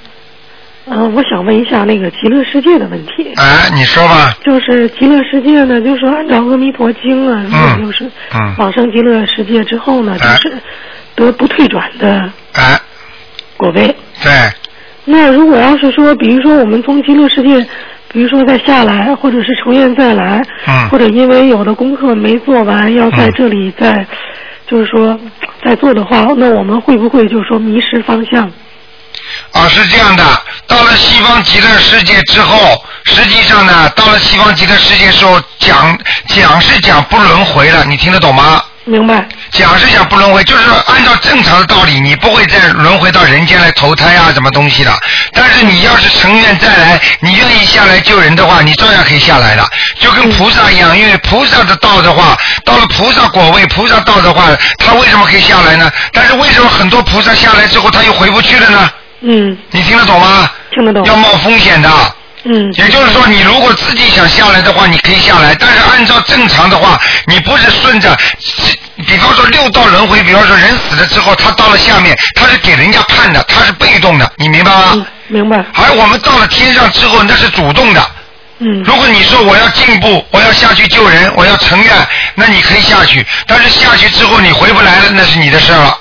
J: 嗯、我想问一下那个极乐世界的问题。
B: 哎，你说吧。
J: 就是极乐世界呢，就是说按照《阿弥陀经》啊，
B: 嗯
J: 如果就是
B: 嗯
J: 往生极乐世界之后呢，就
B: 哎
J: 是得不退转的
B: 哎，
J: 果位。
B: 对，
J: 那如果要是说，比如说我们从极乐世界，比如说再下来，或者是重愿再来，
B: 嗯
J: 或者因为有的功课没做完，要在这里再，就是说再做的话，那我们会不会就是说迷失方向？
B: 啊，是这样的，到了西方极乐世界之后，实际上呢，到了西方极乐世界之后，讲讲是讲不轮回了，你听得懂吗？
J: 明白？
B: 讲是讲不轮回，就是按照正常的道理，你不会再轮回到人间来投胎啊，什么东西的。但是你要是成愿再来，你愿意下来救人的话，你照样可以下来的，就
J: 嗯
B: 跟菩萨一样。因为菩萨的道的话，到了菩萨果位、菩萨道的话，他为什么可以下来呢？但是为什么很多菩萨下来之后他又回不去了呢？
J: 嗯，
B: 你听得懂吗？
J: 听得懂？
B: 要冒风险的。
J: 嗯
B: 也就是说，你如果自己想下来的话，你可以下来，但是按照正常的话，你不是顺着，比方说六道轮回，比方说人死了之后，他到了下面，他是给人家判的，他是被动的，你明白吗？
J: 嗯，明白？
B: 而我们到了天上之后，那是主动的。
J: 嗯
B: 如果你说我要进步，我要下去救人，我要成愿，那你可以下去。但是下去之后你回不来了，那是你的事儿了，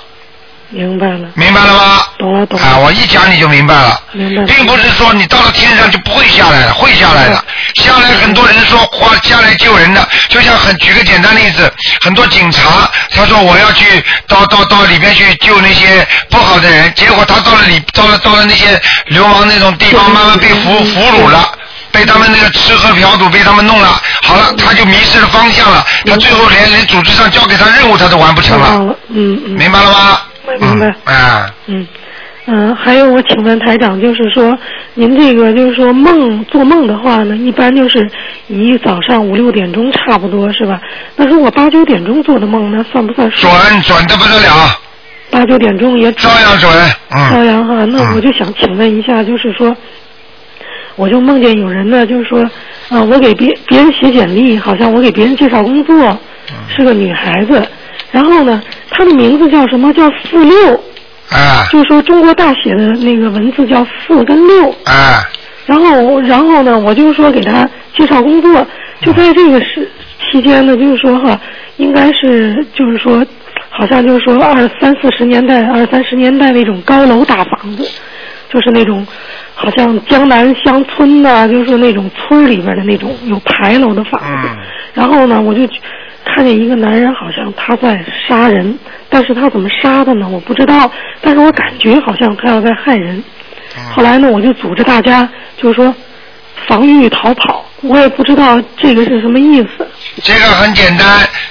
J: 明白了，
B: 明白了吗？
J: 懂了懂了，
B: 啊，我一讲你就明白了。
J: 明白了。
B: 并不是说你到了天上就不会下来了，会下来的。下来很多人说花下来救人的，就像很举个简单例子，很多警察他说我要去到到到里面去救那些不好的人，结果他到了里到了到了那些流氓那种地方，慢慢被俘俘虏了。被他们那个吃喝嫖赌被他们弄了，好
J: 嗯
B: 了，他就迷失了方向了，他最后连连组织上交给他任务他都完不成
J: 忘
B: 了，
J: 了，嗯嗯。
B: 明白了吗？
J: 明白
B: 嗯啊，
J: 嗯，嗯，还有我请问台长，就是说您这个就是说梦做梦的话呢，一般就是以早上五六点钟差不多是吧？那如果八九点钟做的梦，那算不算数？
B: 准准的不得了，
J: 八九点钟也准
B: 照样准。嗯。
J: 朝阳哈，那
B: 嗯
J: 我就想请问一下，就是说，我就梦见有人呢，就是说，呃，我给别别人写简历，好像我给别人介绍工作，
B: 嗯
J: 是个女孩子。然后呢，她的名字叫什么？叫付六，
B: 啊
J: 就是说中国大写的那个文字叫四跟六。
B: 啊
J: 然后我，然后呢，我就说给他介绍工作，就在这个时期间呢，就是说哈，应该是就是说，好像就是说二三四十年代、二三十年代那种高楼大房子，就是那种好像江南乡村呐、就是说那种村儿里边的那种有牌楼的房子。
B: 嗯
J: 然后呢，我就去看见一个男人，好像他在杀人，但是他怎么杀的呢？我不知道，但是我感觉好像他要在害人。
B: 哦
J: 后来呢，我就组织大家，就是说防御逃跑，我也不知道这个是什么意思。
B: 这个很简单，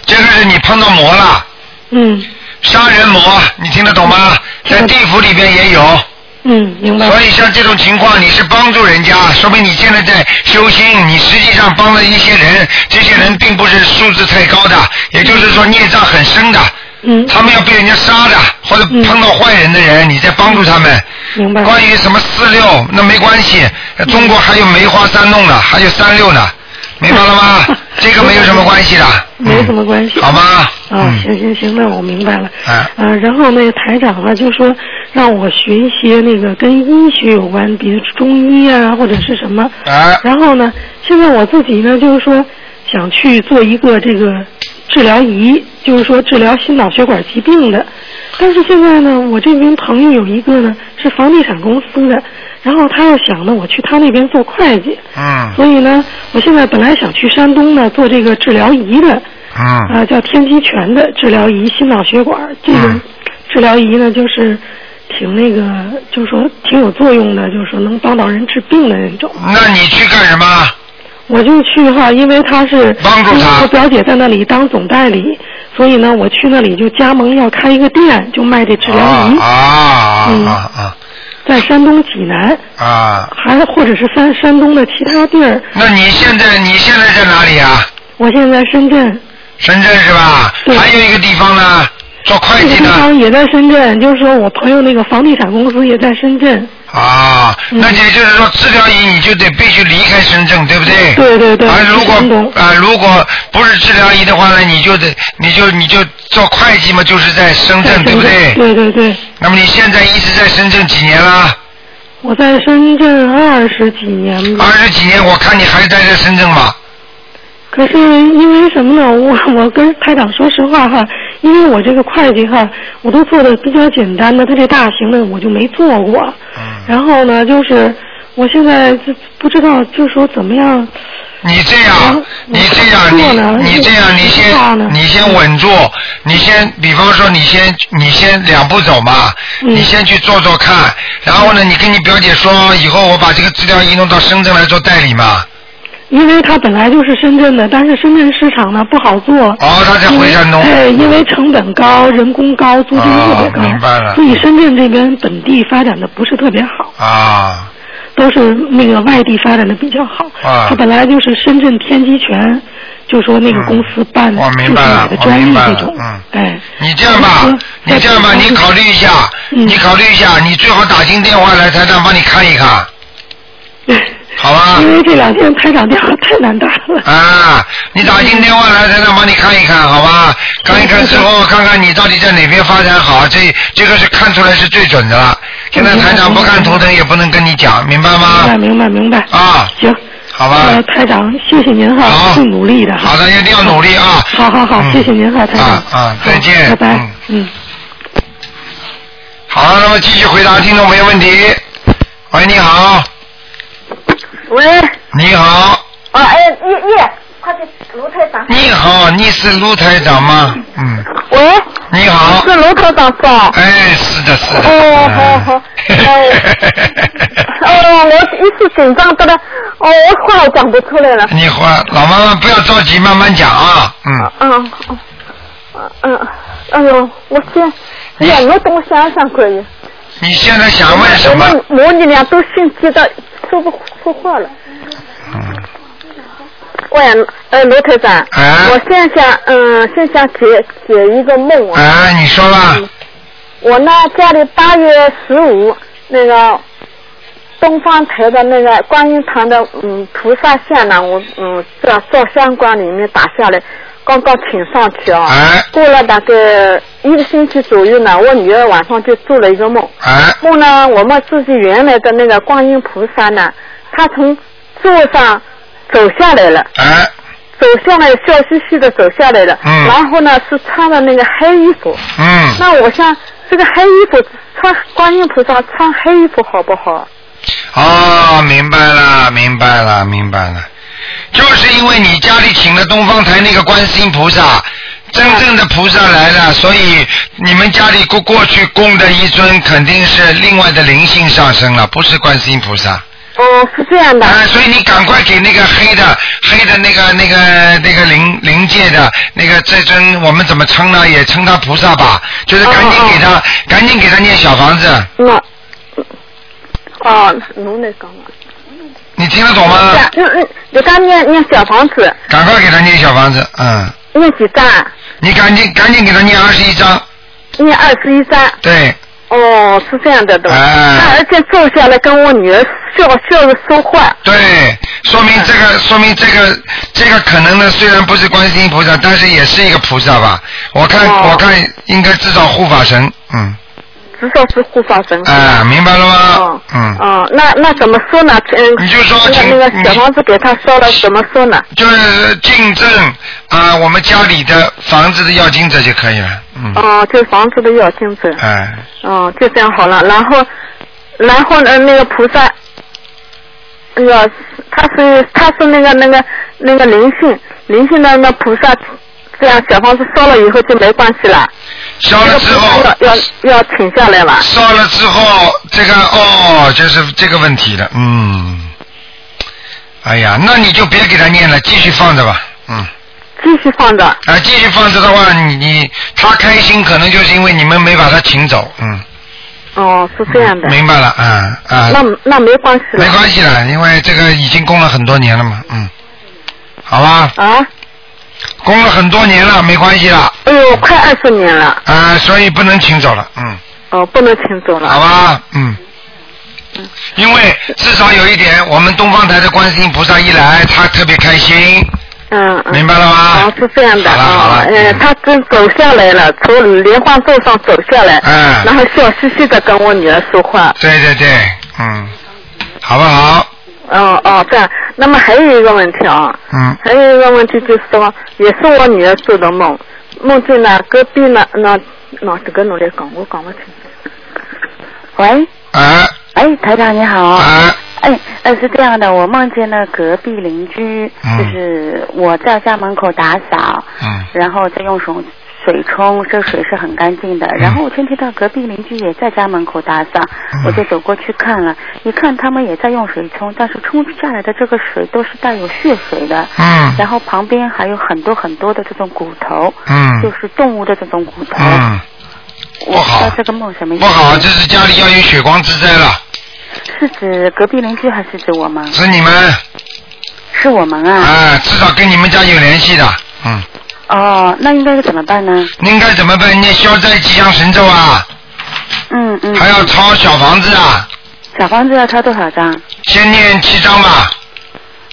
B: 这个是你碰到魔了，
J: 嗯
B: 杀人魔，你听得懂吗？在地府里边也有。
J: 嗯，明白。
B: 所以像这种情况，你是帮助人家，说明你现在在修心，你实际上帮了一些人，这些人并不是素质太高的，也就是说孽障很深的，
J: 嗯，
B: 他们要被人家杀的，或者
J: 嗯
B: 碰到坏人的人，你在帮助他们。
J: 明白。？
B: 关于什么四六，那没关系，中国还有梅花三弄呢，还有三六呢，明白了吗 这个没有什么关系的，
J: 嗯没什么关系
B: 嗯好吗？
J: 啊，
B: 嗯
J: 行行行，那我明白了。
B: 哎
J: 呃，然后那个台长呢，就说让我学一些那个跟医学有关，比如中医啊，或者是什么。
B: 哎
J: 然后呢，现在我自己呢，就是说想去做一个这个治疗仪，就是说治疗心脑血管疾病的。但是现在呢，我这名朋友有一个呢是房地产公司的，然后他又想呢我去他那边做会计，
B: 嗯
J: 所以呢，我现在本来想去山东呢做这个治疗仪的，
B: 嗯
J: 啊、叫天机泉的治疗仪心脑血管，这个
B: 嗯
J: 治疗仪呢就是挺那个，就是说挺有作用的，就是说能帮到人治病的那种。
B: 那你去干什么？
J: 我就去哈，因为他是
B: 帮助他
J: 我表姐在那里当总代理，所以呢，我去那里就加盟要开一个店，就卖这治疗仪，
B: 啊啊啊啊
J: 在山东济南，
B: 啊啊！
J: 还或者是山山东的其他地儿。
B: 那你现在你现在在哪里啊？
J: 我现在在深圳，
B: 深圳是吧？
J: 对
B: 还有一个地方呢，做会
J: 这个
B: 计
J: 地
B: 的
J: 方也在深圳，就是说我朋友那个房地产公司也在深圳。
B: 啊。
J: 嗯
B: 那也就是说，治疗仪你就得必须离开深圳，对不对？
J: 对对对
B: 而如
J: 深
B: 果
J: 圳
B: 啊、如果不是治疗仪的话呢，你就得你就你就做会计嘛，就是在深
J: 在
B: 圳，
J: 深
B: 对不对？
J: 对对对，
B: 那么你现在一直在深圳几年了？
J: 我在深圳二十几年吧
B: 二，十几年，我看你还待在深圳嘛。
J: 可是因为什么呢？我我跟台长说实话哈，因为我这个会计哈，我都做的比较简单的，他这大型的我就没做过。
B: 嗯。
J: 然后呢，就是我现在就不知道，就是说怎么样，
B: 你这样
J: 嗯，
B: 你这
J: 我
B: 样，
J: 工作呢
B: 你你这样，你
J: 我工作呢
B: 先你先稳住，你先，比方说你先你先两步走嘛，
J: 嗯
B: 你先去做做看，然后呢，你跟你表姐说，以后我把这个资料移弄到深圳来做代理嘛，
J: 因为他本来就是深圳的，但是深圳市场呢不好做。
B: 哦，他再
J: 因
B: 回
J: 为
B: 山东，
J: 哎，因为成本高，人工高，租金特别高，
B: 哦明白了
J: 所以深圳这边本地发展的不是特别好，
B: 啊，
J: 都是那个外地发展的比较好。
B: 啊
J: 他本来就是深圳天机泉，就说那个公司办
B: 嗯我明白了
J: 买的专
B: 我明
J: 利
B: 白了
J: 这种，
B: 嗯
J: 哎，
B: 你这样吧
J: 嗯，
B: 你这样吧，
J: 嗯
B: 你考虑一下，
J: 嗯
B: 你考虑一下，你最好打进电话来，台长帮你看一看，好吧？
J: 哎因为这两天台长电话太难打了。
B: 啊，你打进电话来，台长帮你看一看，好吧？看一看之后，看看你到底在哪边发展好，这这个是看出来是最准的了。现在台长不看图腾也不能跟你讲，明白
J: 明白
B: 吗？
J: 明白明白，
B: 啊，
J: 行，
B: 好
J: 呃，
B: 吧，
J: 台长，谢谢您哈，
B: 好
J: 会努力的哈。
B: 好的，一定要努力啊。
J: 好好好，
B: 嗯
J: 谢谢您哈，台长。
B: 啊啊，再见。
J: 好拜拜
B: 嗯。
J: 嗯。
B: 好，那么继续回答听众朋友问题。喂，你好，
F: 喂，
B: 你好，
F: 啊哎，叶叶，快去卢台长。
B: 你好，你是卢台长吗？嗯，
F: 喂，
B: 你好。
F: 是卢台长是吧？
B: 哎，是的，是的。
F: 哦，好好，哎，哦，我一时紧张，真的，哦，我话讲不出来了。
B: 你话，老妈妈不要着急，慢慢讲啊。嗯，
F: 嗯，嗯嗯，哎呦，我先，哎呀，我等我想想可以。
B: 你现在想问什么？
F: 我们母女俩都心急到说不出话了。
B: 嗯，
F: 喂，呃，罗台长，
B: 哎
F: 我现在想，嗯，现在想解解一个梦啊。
B: 哎，你说吧。
F: 我呢，家里八月十五那个，东方台的那个观音堂的嗯菩萨像呢，我嗯这照相馆里面打下来，刚刚请上去啊。
B: 哎
F: 过了大概一个星期左右呢，我女儿晚上就做了一个梦，
B: 哎
F: 梦呢我们自己原来的那个观音菩萨呢，她从座上走下来了。
B: 哎
F: 走下来，笑嘻嘻的走下来了。
B: 嗯
F: 然后呢，是穿了那个黑衣服。
B: 嗯，
F: 那我想，这个黑衣服穿观音菩萨穿黑衣服好不好？
B: 哦，明白了，明白了，明白了，就是因为你家里请了东方台那个观世音菩萨，真正的菩萨来了，所以你们家里过过去供的一尊肯定是另外的灵性上升了，不是观世音菩萨。
F: 哦，是这样的。
B: 啊，所以你赶快给那个黑的、黑的那个、那个、那个灵灵界的那个这尊，我们怎么称呢？也称他菩萨吧，就是赶
F: 哦
B: 紧给他，赶紧给他念小房子，
F: 那，哦，侬来讲啊。
B: 你听得懂吗？
F: 对啊，嗯嗯，你刚念念小房子，
B: 赶快给他念小房子，嗯，
F: 念几张啊？
B: 你赶紧赶紧给他念二十一章，
F: 念二十一张。
B: 对，
F: 哦，是这样的，对吧？
B: 哎
F: 那而且坐下来跟我女儿笑笑着说话。
B: 对，说明这个，说明这个，这个可能呢，虽然不是观世音菩萨，但是也是一个菩萨吧。我看，
F: 哦
B: 我看应该至少护法神，嗯，
F: 至少是护法神。
B: 哎、明白了吗
F: 哦？，
B: 嗯，
F: 哦，那那怎么说呢？嗯，
B: 你就说
F: 那
B: 请
F: 个那个小房子给他烧了，怎么说呢？
B: 就是敬赠啊、我们家里的房子的要经者就可以了，嗯，
F: 哦，这房子的要精子，
B: 哎、
F: 哦，就这样好了。然后，然后呢，那个菩萨，哎呀，他是他是那个那个那个灵性灵性的那菩萨，这样小房子烧了以后就没关系了。
B: 烧了
F: 这个
B: 之
F: 菩萨
B: 后，
F: 要要要请下来了。
B: 烧了之后，这个哦，就是这个问题了，嗯。哎呀，那你就别给他念了，继续放着吧，嗯。
F: 继续放着。
B: 啊，继续放着的话，你你他开心，可能就是因为你们没把他请走，嗯。
F: 哦，是这样的。
B: 明白了，啊、啊。
F: 那那没关系了
B: 没。关系了，因为这个已经供了很多年了嘛，嗯。好吧，
F: 啊，
B: 供了很多年了，没关系了，
F: 哎呦，快二十年了，
B: 啊，所以不能请走了，嗯。
F: 哦，不能请走了。
B: 好吧，嗯。因为至少有一点，我们东方台的观世音菩萨一来，他特别开心，
F: 嗯嗯。
B: 明白了吗
F: 哦，？是这样的
B: 好了好
F: 啊
B: 了，，
F: 呃，
B: 嗯
F: 他真走下来了，从莲花座上走下来，
B: 嗯
F: 然后笑嘻嘻的跟我女儿说话，
B: 对对对，嗯，好不好？
F: 哦哦，这样。那么还有一个问题啊，
B: 嗯
F: 还有一个问题就是说，也是我女儿做的梦，梦见呢隔壁呢，那那这个努力讲，我讲不清。
K: 喂，
B: 啊
K: 哎，台长你好。
B: 啊
K: 哎，呃，是这样的，我梦见了隔壁邻居，
B: 嗯
K: 就是我在家门口打扫，
B: 嗯
K: 然后再用手水冲，这水是很干净的。然后我听听到隔壁邻居也在家门口打扫，
B: 嗯
K: 我就走过去看了，一看他们也在用水冲，但是冲下来的这个水都是带有血水的，
B: 嗯
K: 然后旁边还有很多很多的这种骨头，就
B: 嗯
K: 是动物的这种骨头。
B: 嗯，
K: 我
B: 不
K: 不知
B: 好
K: 道这个梦什么意
B: 不
K: 思？
B: 好，这是家里要有血光之灾了，
K: 是指隔壁邻居还是指我们？
B: 是你们
K: 是我们啊。
B: 啊，至少跟你们家有联系的，嗯，
K: 哦，那应该是怎么办呢？
B: 应该怎么办？念消灾吉祥神咒啊，
K: 嗯嗯。
B: 还要抄小房子啊，
K: 小房子要抄多少张？
B: 先念七章吧。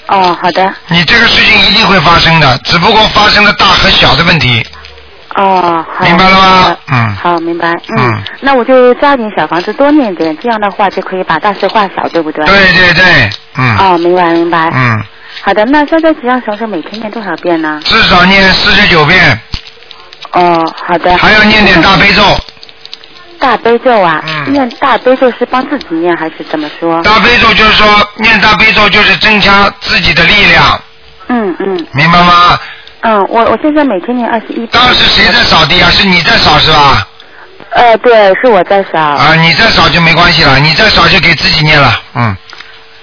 K: 哦，好的。
B: 你这个事情一定会发生的，只不过发生的大和小的问题。
K: 哦，好。
B: 明白了吗嗯
K: 好，明白。
B: 嗯
K: 那我就抓紧小房子多念点，这样的话就可以把大事化小，对不对？。
B: 对对对，嗯、
K: 哦，明白明白。
B: 嗯，
K: 好的，那消灾吉祥神咒每天念多少遍呢？
B: 至少念四十九遍，
K: 哦，好的。
B: 还要念点大悲咒。
K: 大悲咒啊，
B: 嗯
K: 念大悲咒是帮自己念还是怎么说？
B: 大悲咒就是说，念大悲咒就是增加自己的力量，
K: 嗯嗯
B: 明白吗？
K: 嗯，我我现在每天念二十一遍。
B: 当时谁在扫地啊？是你在扫是吧？
K: 呃，对，是我在扫。
B: 啊，你在扫就没关系了，你在扫就给自己念了，嗯，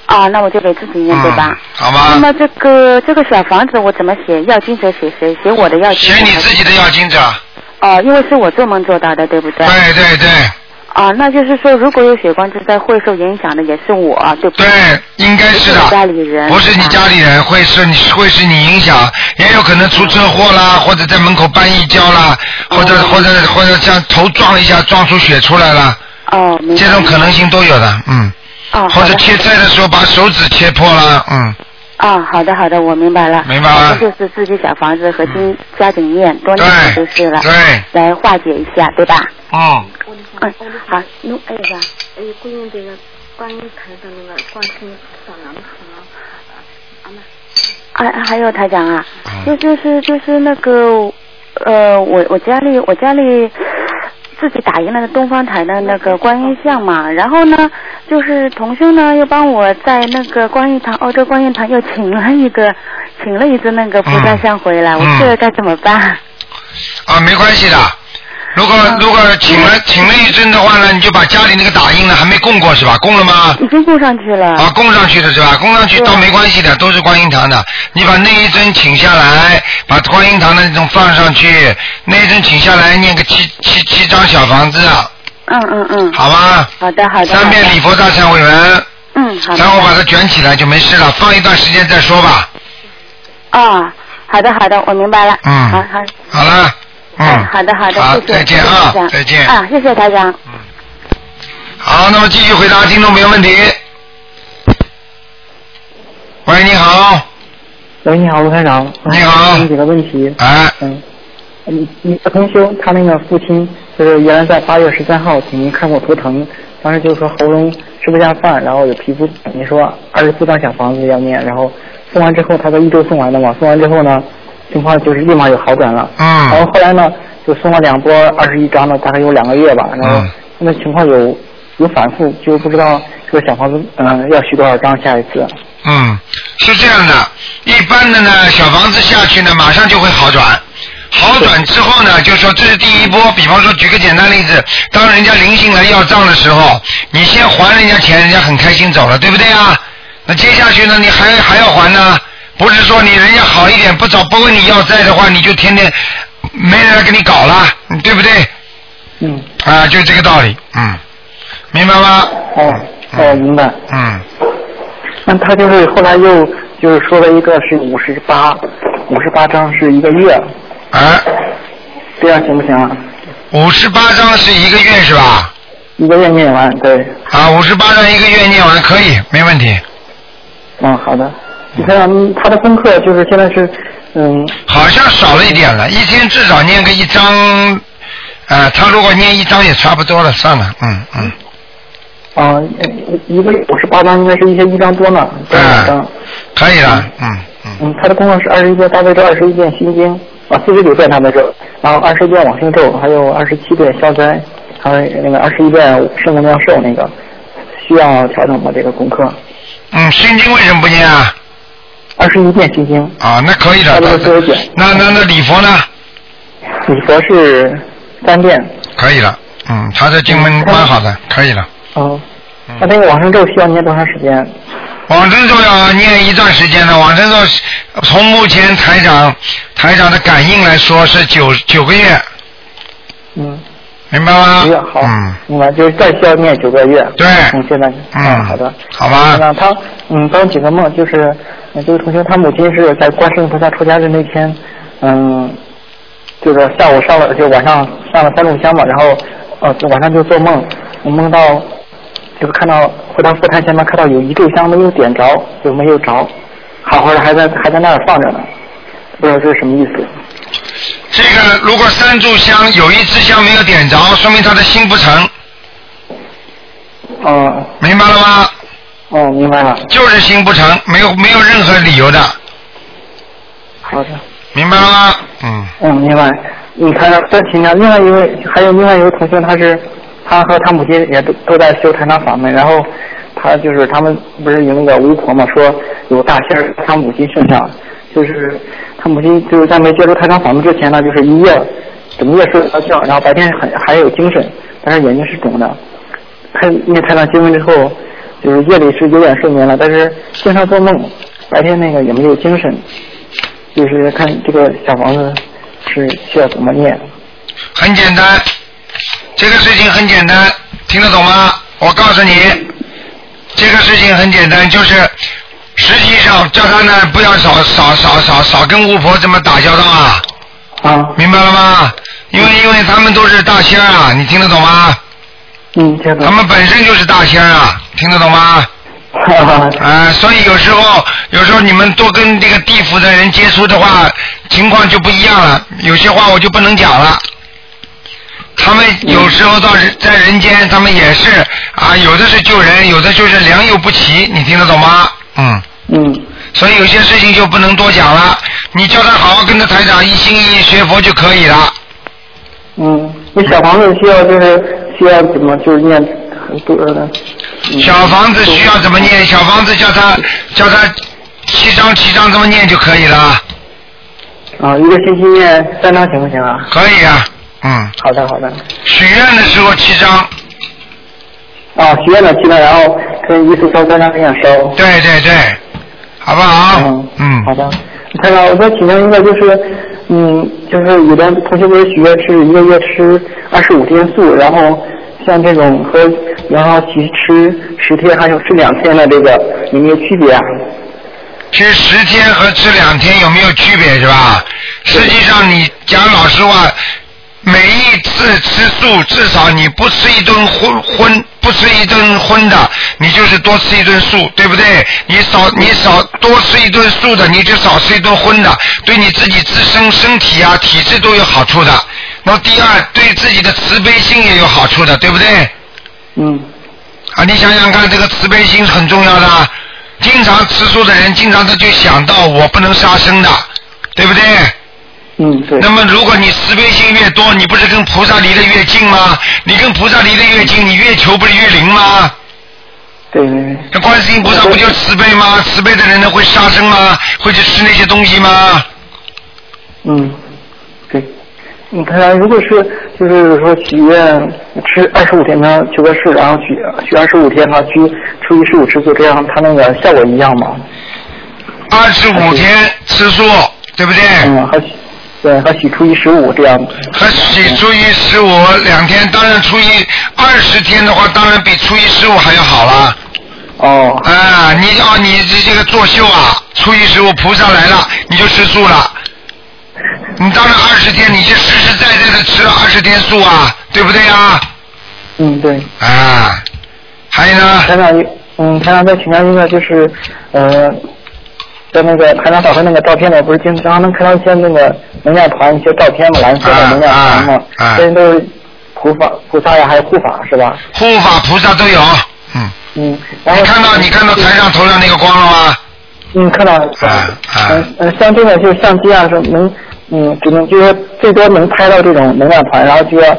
K: 啊，那我就给自己念，对吧
B: 嗯？，好吗？
K: 那么这个这个小房子我怎么写？要经者写谁？写我的要经
B: 写
K: 者。
B: 你自己的要经者，
K: 哦，因为是我做梦做到的，对不对？
B: 对对对
K: 啊，那就是说，如果有血光之灾会受影响的也是我，对不对？
B: 对，应该是的。
K: 不是家里人。
B: 不是你家里人，会是你会是你影响，也有可能出车祸啦，或者在门口绊一跤啦，
K: 哦
B: 或者或者或者像头撞一下撞出血出来了，
K: 哦，明白。
B: 这种可能性都有的，嗯，
K: 哦，
B: 或
K: 好
B: 者
K: 的
B: 切菜的时候把手指切破了，嗯，
K: 哦，好的好的，我明白了。
B: 明白吗
K: 那就是自己小房子和经家里念，多念点
B: 对
K: 就是了，
B: 对，
K: 来化解一下，对吧？
B: 嗯，
K: 嗯，好，弄哎呀，
L: 哎，关于这个观音台的那个观世音菩萨南无
K: 还哎还有台长啊，就
B: 嗯
K: 就是就是那个，呃，我我家里我家里自己打印了东方台的那个观音像嘛，然后呢，就是同修呢又帮我在那个观音堂欧洲观音堂又请了一个请了一只那个菩萨像回来，
B: 嗯
K: 我这个该怎么办？
B: 啊，没关系的。如果
K: 嗯
B: 如果请了请了一阵的话呢，你就把家里那个打印的还没供过是吧？供了吗？
K: 已经供上去了。嗯
B: 啊，供上去的是吧？供上去倒没关系的，都是观音堂的。你把那一针请下来，把观音堂的那种放上去，那一针请下来念个七七七张小房子，啊
K: 嗯嗯嗯，
B: 好吗？
K: 好的好的。
B: 三遍礼佛大忏悔文，
K: 嗯，好的。
B: 然后把它卷起来就没事了，放一段时间再说吧。
K: 哦，好的好的，我明白了。
B: 嗯
K: 好好。
B: 好了，嗯，
K: 好的好的，
B: 好
K: 谢谢，
B: 再见啊
K: 谢谢台长
B: 再见
K: 啊，谢谢台长。
B: 好，那么继续回答听众朋友问题。喂，你好，
M: 喂，你好，卢台长。
B: 你好
M: 问几个问题。
B: 哎，
M: 嗯，你你同修他那个父亲就是原来在八月十三号请您看过图腾，当时就说喉咙吃不下饭，然后有皮肤痒，你说二十四张小房子要念，然后送完之后他在一周送完的嘛，送完之后呢，情况就是立马有好转了。然
B: 嗯
M: 后后来呢，就送了两波二十一张的，大概有两个月吧，然后
B: 嗯
M: 现在情况有有反复，就不知道这个小房子嗯、呃要许多少张下一次。
B: 嗯，是这样的，一般的呢，小房子下去呢，马上就会好转。好转之后呢，就说这是第一波。比方说，举个简单例子，当人家灵性来要账的时候，你先还人家钱，人家很开心走了，对不对啊？那接下去呢，你还还要还呢？不是说你人家好一点不找不跟你要债的话，你就天天没人来跟你搞了，对不对？
M: 嗯，
B: 啊，就这个道理，嗯，明白吗？
M: 哦哦，明白。
B: 嗯，
M: 那他就是后来又就是说了一个是五十八，五十八张是一个月，
B: 哎，
M: 这样行不行啊？
B: 五十八张是一个月是吧？
M: 一个月念完，对，
B: 啊，五十八张一个月念完可以，没问题。
M: 嗯，好的。你看嗯他的功课就是现在是，嗯，
B: 好像少了一点了，一天至少念个一张，呃，他如果念一张也差不多了，算了，嗯嗯，
M: 啊、一一个月五十八张应该是一些一张多呢，这两张。
B: 嗯可以了，嗯嗯，
M: 嗯，他的功课是二十一遍大悲咒，二十一遍心经，啊，四十九遍大悲咒，然后二十遍往生咒，还有二十七遍消灾，还有那个二十一遍圣母妙寿那个，需要调整吗？这个功课？
B: 嗯，心经为什么不念啊？
M: 二十一遍心经。
B: 啊，那可以的
M: 差不多多一点。
B: 那那那礼佛呢？
M: 礼佛是三遍，
B: 可以了，嗯，他这经文蛮好的，可以了。
M: 哦，
B: 嗯
M: 那那个往生咒需要念多长时间？
B: 往生咒要念一段时间的，往生咒从目前台长台长的感应来说是九九个月，
M: 嗯，
B: 明白吗？
M: 一个月好，
B: 嗯，
M: 明白，就是再需要念九个月。
B: 对
M: 嗯，现在，
B: 嗯
M: 好的，
B: 好吧
M: 那他，嗯，帮我解个梦，就是，呃这位同学他母亲是在观世音菩萨出家日那天，嗯，就是下午上了，就晚上上了三炷香嘛，然后，呃，就晚上就做梦，我梦到，就是看到回到佛台前面看到有一炷香没有点着，就没有着，好好的还在还在那儿放着呢，不知道这是什么意思。
B: 这个如果三炷香有一支香没有点着，说明他的心不诚，
M: 嗯，
B: 明白了吗？
M: 哦，明白了，
B: 就是心不诚，没有没有任何理由的，
M: 好的。
B: 明白了吗？嗯，
M: 嗯，明白。你看，这请呢，另外一位还有另外一位同学，他是他和他母亲也都都在修坛上法门，然后他就是他们不是有那个巫婆嘛，说有大仙儿他母亲身上，就是他母亲就是在没接触坛上法门之前呢，就是一夜整夜睡不着觉，然后白天很还有精神，但是眼睛是肿的。看那台上经文之后，就是夜里是有点睡眠了，但是经常做梦，白天那个也没有精神，就是看这个小房子是需要怎么念。
B: 很简单，这个事情很简单，听得懂吗？我告诉你，这个事情很简单，就是实际上叫他呢不要少少少少少跟巫婆这么打交道啊，
M: 啊，
B: 明白了吗？因为因为他们都是大仙儿啊，你听得懂吗？
M: 嗯，这个
B: 他们本身就是大仙儿啊，听得懂 吗？啊，所以有时候，有时候你们多跟这个地府的人接触的话，情况就不一样了。有些话我就不能讲了。他们有时候到人在人间，他们也是啊，有的是救人，有的就是良莠不齐，你听得懂吗？嗯。
M: 嗯。
B: 所以有些事情就不能多讲了，你叫他好好跟着台长一心一意学佛就可以了。
M: 嗯，那小房子需要就是需要怎么就是念很多呃的，
B: 小房子需要怎么念？小房子叫他叫他七张七张这么念就可以了。
M: 啊，一个星期念三张行不行啊？
B: 可以啊，嗯。
M: 好的，好的。
B: 许愿的时候七张。
M: 啊，许愿了七张，然后跟一次烧三张这样烧。
B: 对对对，好不好？嗯。嗯
M: 好的。台长，我再请教一个，就是，嗯，就是有的同学给我许愿是一个月吃二十五天素，然后像这种和杨少奇吃十天还有吃两天的这个有没有区别啊？
B: 吃十天和吃两天有没有区别是吧？实际上你讲老实话，每一次吃素至少你不吃一顿荤荤，不吃一顿荤的，你就是多吃一顿素，对不对？你少你少多吃一顿素的，你就少吃一顿荤的，对你自己自身身体啊体质都有好处的。那么第二，对自己的慈悲心也有好处的，对不对？
M: 嗯。
B: 啊，你想想看，这个慈悲心是很重要的啊。经常吃素的人，经常他就想到我不能杀生的，对不对？
M: 嗯，对。
B: 那么如果你慈悲心越多，你不是跟菩萨离得越近吗？你跟菩萨离得越近，你越求不是越灵吗？
M: 对对对。
B: 那观世音菩萨不就慈悲吗？慈悲的人呢，会杀生吗？会去吃那些东西吗？
M: 嗯，对。你看，如果是就是说许愿吃二十五天呢，求个事，然后许许二十五天呢，去初一十五吃素，这样它那个效果一样吗？
B: 二十五天吃素，对不对？
M: 嗯，和许对和许初一十五这样。
B: 和许初一十五两天，当然初一二十天的话，当然比初一十五还要好啦。
M: 哦。
B: 啊，你哦，你这这个作秀啊，初一十五菩萨来了，你就吃素了。你当然二十天，你就实实在在的吃了二十天素啊，对不对啊？
M: 嗯，对。
B: 啊，还有呢？
M: 台长，嗯，台长再请教一个，就是，呃，在那个台长导会那个照片呢，不是经常能看到一些那个能量盘，一些照片嘛，蓝色的能量盘嘛，
B: 啊
M: 这些都是菩法、菩萨呀，还有护法是吧？
B: 护法菩萨都有。嗯。
M: 嗯，然后
B: 你看到你看到台上头上那个光了吗？
M: 嗯，看到了。
B: 啊啊！
M: 嗯嗯，像这种就是相机啊，是能，嗯，只能就是最多能拍到这种能量盘，然后就要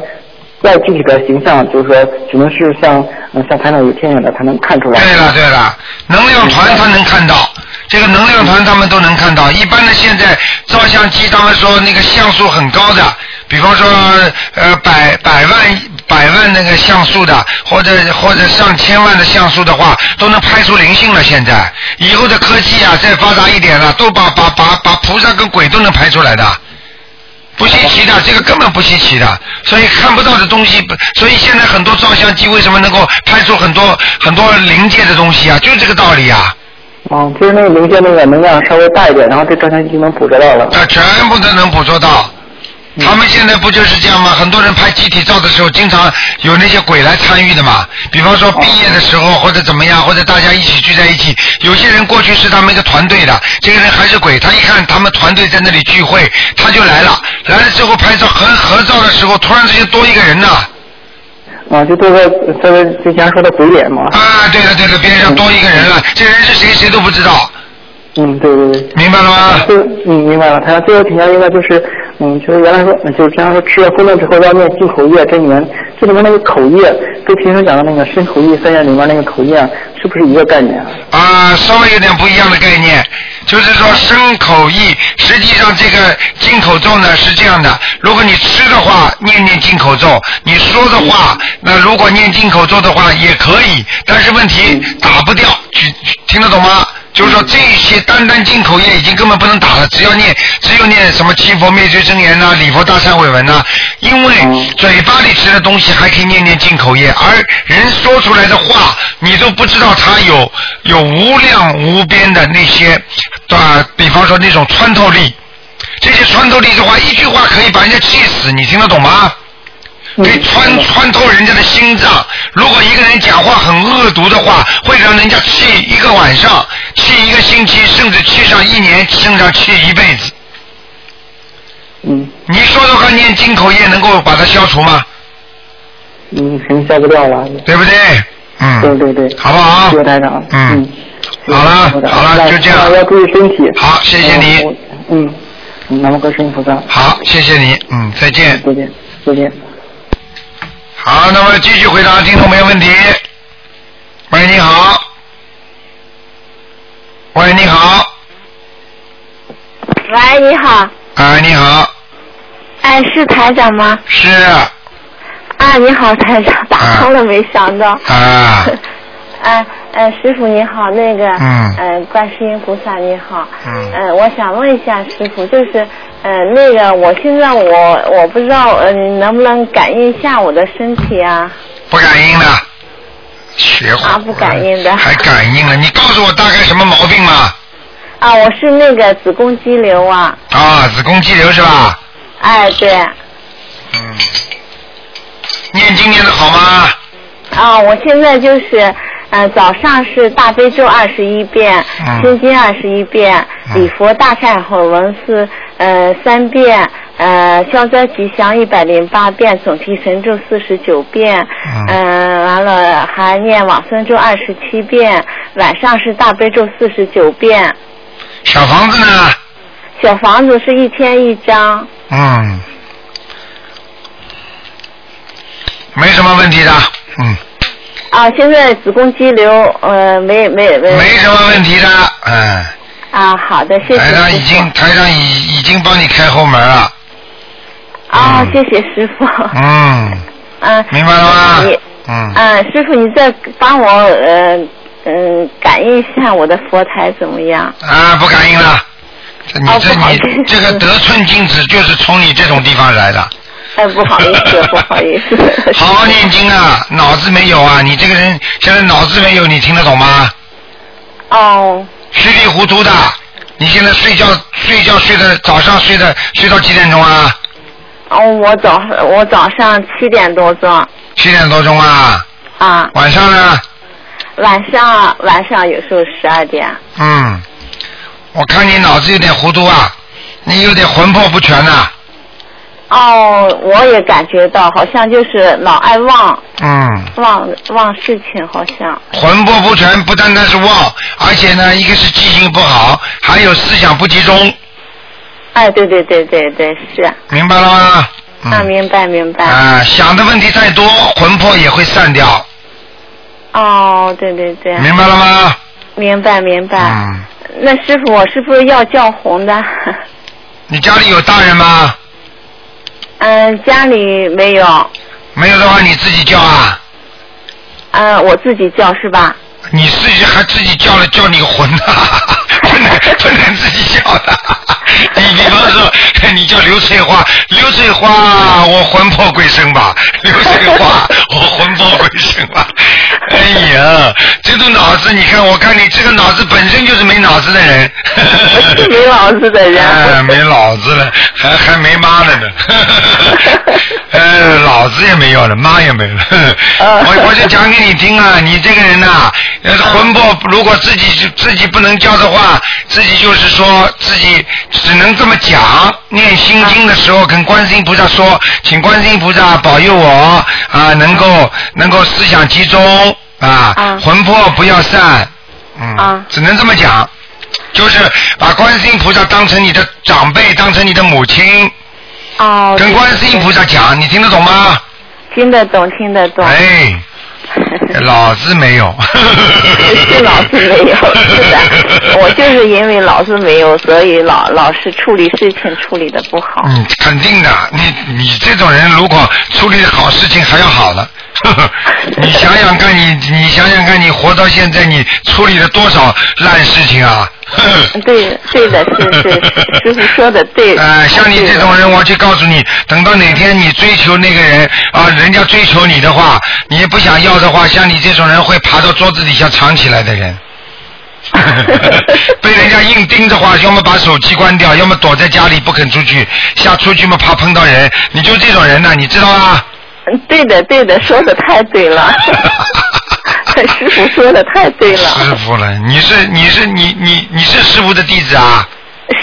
M: 要具体的形象，就是说只能是像嗯像台长有天眼的才能看出来。
B: 对了对了，能量团他能看到，这个能量团他们都能看到。一般的现在照相机，他们说那个像素很高的，比方说呃百百万百万那个像素的，或者或者上千万的像素的话，都能拍出灵性了。现在以后的科技啊，再发达一点了，都把把把把菩萨跟鬼都能拍出来的。不稀奇的，这个根本不稀奇的，所以看不到的东西，所以现在很多照相机为什么能够拍出很多很多临界的东西啊？就是这个道理啊！
M: 哦，就是那个零件那个能量稍微大一点，然后这照相机能捕捉到了。
B: 啊，全部都能捕捉到。他们现在不就是这样吗？很多人拍集体照的时候，经常有那些鬼来参与的嘛。比方说毕业的时候，或者怎么样，或者大家一起聚在一起，有些人过去是他们一个团队的，这个人还是鬼，他一看他们团队在那里聚会，他就来了。来了之后拍照合合照的时候，突然之间多一个人呐、
M: 啊，就这个这个之前说的鬼脸嘛。
B: 啊，对了对了，边上多一个人了，这人是谁谁都不知道。
M: 嗯，对对对。
B: 明白了吗？
M: 就嗯，明白了。他最后请教一个就是，嗯，就是原来说，嗯就是平常说吃了荤了之后要念进口业真言，这里面那个口业跟平时讲的那个身口意三业里面那个口业啊是不是一个概念啊？
B: 啊，稍微有点不一样的概念，就是说身口意，实际上这个进口咒呢是这样的，如果你吃的话，念念进口咒；你说的话，那如果念进口咒的话也可以，但是问题打不掉，举举听得懂吗？就是说这些单单进口业已经根本不能打了，只要念只有念什么七佛灭罪真言呐、礼佛大忏悔文呐、因为嘴巴里吃的东西还可以念念进口业，而人说出来的话，你都不知道它有有无量无边的那些啊、比方说那种穿透力，这些穿透力的话，一句话可以把人家气死，你听得懂吗？可以穿穿透人家的心脏。如果一个人讲话很恶毒的话，会让人家气一个晚上，气一个星期，甚至气上一年，甚至气一辈子。
M: 嗯
B: 你说说看，念金口业能够把它消除吗？
M: 嗯，肯定消不掉了。
B: 对不对？嗯，
M: 对对对，
B: 好不好
M: 谢谢台长。
B: 嗯，
M: 好了
B: 好了就这样
M: 要注意身体。
B: 好，谢谢你。
M: 嗯，南无观世音菩萨。
B: 好，谢谢你，嗯，再见。
M: 再见，再见。
B: 好，那么继续回答听众朋友问题。喂，你好。喂，你好。
N: 喂，你好，
B: 哎，你好，
N: 哎，是台长吗？
B: 是
N: 啊，你好，台长，打通了，没想到。
B: 啊，
N: 哎哎，师傅你好，那个，
B: 嗯
N: 呃，观世音菩萨你好，
B: 嗯
N: 呃，我想问一下师傅，就是，呃，那个，我现在我我不知道，呃，你能不能感应一下我的身体啊？
B: 不感应了，学会
N: 啊，不
B: 哎
N: 感应的。
B: 还感应了。你告诉我大概什么毛病嘛？
N: 啊，我是那个子宫肌瘤啊，
B: 啊，子宫肌瘤是吧？
N: 哎，对，
B: 嗯。念经念的好吗？
N: 啊，我现在就是，呃，早上是大悲咒二十一遍，
B: 嗯
N: 心经二十一
B: 啊
N: 遍，礼佛大忏悔文是呃三遍，呃消灾吉祥一百零八遍，总提神咒四十九遍，
B: 啊
N: 嗯、完了还念往生咒二十七遍，晚上是大悲咒四十九遍。
B: 小房子呢？
N: 小房子是一天一张，
B: 嗯，没什么问题的，嗯，
N: 啊，现在子宫肌瘤，呃，没没没。
B: 没什么问题的，嗯。
N: 啊，好的，谢谢
B: 台上
N: 师
B: 已
N: 傅。
B: 经台上已已经帮你开后门了，
N: 啊，谢谢师傅。
B: 嗯，
N: 嗯，
B: 明白了吗
N: 你
B: 嗯，
N: 嗯，师傅，你再帮我呃嗯、感应一下我的佛台怎么样？
B: 啊，不感应了。这你
N: 哦
B: 这
N: 不好意思
B: 你这个得寸进尺，就是从你这种地方来的。
N: 哎，不好意思，不好意思。
B: 好好念经啊，脑子没有啊，你这个人现在脑子没有，你听得懂吗？
N: 哦，
B: 稀里糊涂的。你现在睡觉睡觉睡的早上睡的睡到几点钟啊？
N: 哦，我早我早上七点多钟
B: 七点多钟啊？
N: 啊，
B: 晚上呢？
N: 晚上晚上有时候十二点。
B: 嗯，我看你脑子有点糊涂啊，你有点魂魄不全呐、
N: 哦，我也感觉到，好像就是老爱忘
B: 嗯，
N: 忘忘事情，好像。
B: 魂魄不全不单单是忘，而且呢，一个是记性不好，还有思想不集中，
N: 哎，对对对对对，是。
B: 明白了吗？
N: 啊，明白明白。
B: 嗯啊、想的问题太多，魂魄也会散掉，
N: 哦，对对对。
B: 明白了吗？
N: 明白明白。
B: 嗯，
N: 那师傅，我是不是要叫红的？
B: 你家里有大人吗？
N: 嗯，家里没有。
B: 没有的话你自己叫啊，
N: 嗯，我自己叫是吧？
B: 你自己还自己叫了叫你个魂呐、 不能不能自己叫的。 你比方说， 你叫刘翠花，刘翠花，我魂魄归生吧，刘翠花， 我魂魄归生吧。哎呀，这种脑子，你看，我看你这个脑子本身就是没脑子的人。
N: 没脑子的人。
B: 哎，没脑子了，还还没妈了呢。呃，老子也没有了，妈也没了。我我就讲给你听啊，你这个人呐、呃魂魄如果自己自己不能教的话，自己就是说自己只能这么讲。念心经的时候跟观世音菩萨说，请观世音菩萨保佑我啊，能够能够思想集中啊，魂魄不要散。嗯，只能这么讲，就是把观世音菩萨当成你的长辈，当成你的母亲。
N: 哦。
B: 跟观世音菩萨讲，你听得懂吗？
N: 听得懂，听得懂。
B: 哎， 老子没有。
N: 是老是没有，是的，我就是因为老是没有，所以老老是处理事情处理的不好。
B: 嗯，肯定的，你你这种人如果处理好事情还要好的， 你想想看你你想想看你活到现在你处理了多少烂事情啊！
N: 嗯对，对的，是 是，师傅说的对。
B: 呃，像你这种人，我去告诉你，等到哪天你追求那个人啊、人家追求你的话，你也不想要的话，像你这种人会爬到桌子底下藏起来的人。 被人家硬盯着话，要么把手机关掉，要么躲在家里不肯出去，下出去嘛怕碰到人，你就这种人呢、你知道吗？
O: 嗯对的，对的，说的太对 了。师傅说的太对了。
B: 师傅了，你是你是你你你是师傅的弟子啊？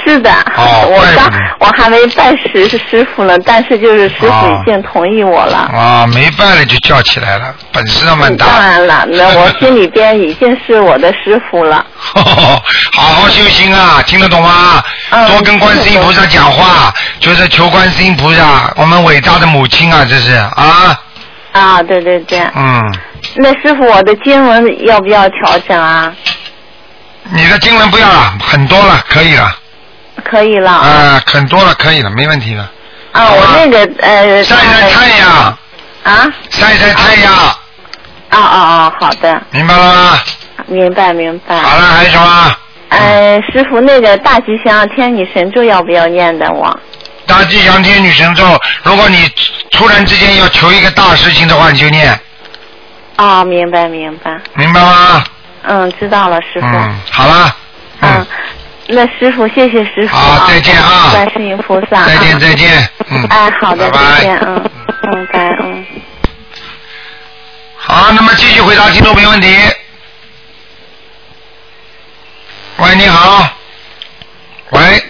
O: 是的，
B: 哦
O: 我
B: 怪不
O: 刚
B: 得
O: 我还没拜师是师傅呢，但是就是师傅
B: 哦
O: 已经同意我了。
B: 啊，没拜了就叫起来了，本事倒蛮
O: 嗯当
B: 大。
O: 然了，那我心里边已经是我的师傅 了。
B: 好好修行啊，听得懂吗？多跟观世音菩萨讲话，就是求观世音菩萨，我们伟大的母亲啊，这是啊，
O: 啊，对对对，
B: 嗯，
O: 那师傅我的经文要不要调整啊？
B: 你的经文不要了，很多了，可以了，
O: 可以了。
B: 啊、很多了，可以了，没问题了。
O: 啊，我那个呃。晒晒太
B: 阳。
O: 啊。
B: 晒晒太阳。
O: 啊啊啊！好的。
B: 明白了吗？
O: 明白明白。好
B: 了，还有什么？
O: 呃，师傅，那个大吉祥天女神咒要不要念的我？
B: 大吉祥天女神咒，如果你突然之间要求一个大事情的话，你就念，
O: 啊，明白明白。
B: 明白吗？
O: 嗯，知道了，师傅。
B: 嗯，好了，
O: 那师傅，谢谢师傅啊！再见啊！观世音菩萨。啊
B: 再见再见。嗯。
O: 哎，好的，
B: 拜拜
O: 再见，嗯嗯，拜嗯。
B: 好，那么继续回答听众朋友问题。喂，你好。喂，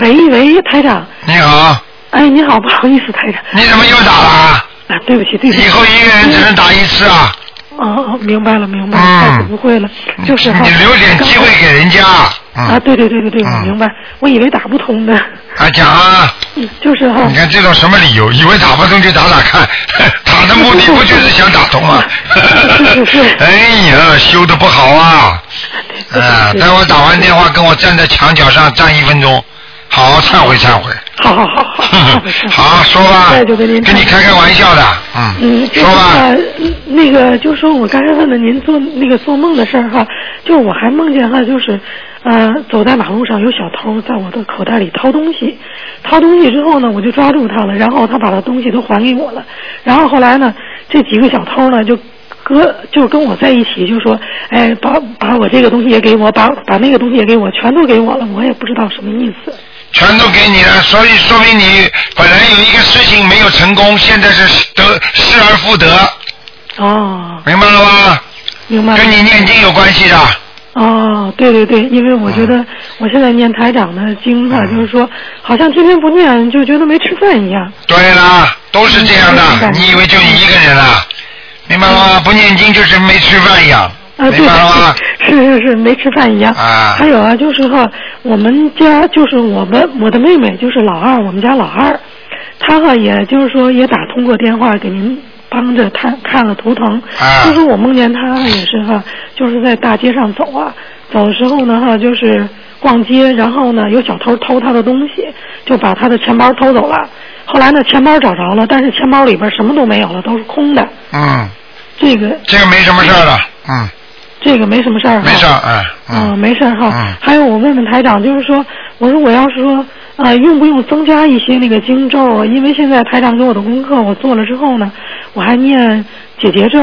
J: 喂喂，台长，
B: 你好，
J: 哎，你好，不好意思，台长。
B: 你怎么又打了？
J: 啊，对不起，对不起。
B: 以后一个人只能打一次啊！嗯
J: 哦哦，明白了，明白了，下次不会了，就是哈。
B: 你留点机会给人家。嗯
J: 啊，对对对对对，我明白，我以为打不通呢，
B: 啊，讲啊，
J: 嗯就是哈
B: 你。看这种什么理由？以为打不通就打打看，打的目的不就是想打通吗？哎呀，修的不好啊！啊，待会儿打完电话跟我站在墙角上站一分钟，好好忏悔忏悔。
J: 好好好好，
B: 好，啊说吧，跟你开开玩笑的，嗯，
J: 嗯，就是吧，那个就说我刚才问了您做那个做梦的事儿哈，就我还梦见哈，就是呃走在马路上有小偷在我的口袋里掏东西，掏东西之后呢，我就抓住他了，然后他把他东西都还给我了，然后后来呢，这几个小偷呢就。哥就跟我在一起，就说，哎，把把我这个东西也给我，把把那个东西也给我，全都给我了，我也不知道什么意思。
B: 全都给你了，所以说明你本来有一个事情没有成功，现在是得失而复得，
J: 哦，
B: 明白了吗？
J: 明白了。
B: 跟你念经有关系的。
J: 哦，对对对，因为我觉得我现在念台长的经哈，就是说，好像天天不念就觉得没吃饭一样。
B: 对啦，都是这样
J: 嗯
B: 的。你以为就你一个人啊？明白了吗？不念经就是没吃饭一样，
J: 啊，对
B: 明白了吗？
J: 是是是，没吃饭一样。
B: 啊
J: 还有啊，就是哈，我们家就是我们我的妹妹就是老二，我们家老二，她哈也就是说也打通过电话给您帮着看看了图腾，
B: 啊
J: 就是我梦见她也是哈，就是在大街上走啊，走的时候呢哈就是逛街，然后呢有小偷偷她的东西，就把她的钱包偷走了。后来呢，钱包找着了，但是钱包里边什么都没有了，都是空的。
B: 嗯，
J: 这个
B: 这个没什么事儿了，嗯，
J: 这个没什么事儿哈。
B: 没事儿，哎，
J: 啊、没事儿哈。还有，我问问台长，就是说，我说我要是说，呃，用不用增加一些那个经咒啊？因为现在台长给我的功课，我做了之后呢，我还念解结咒，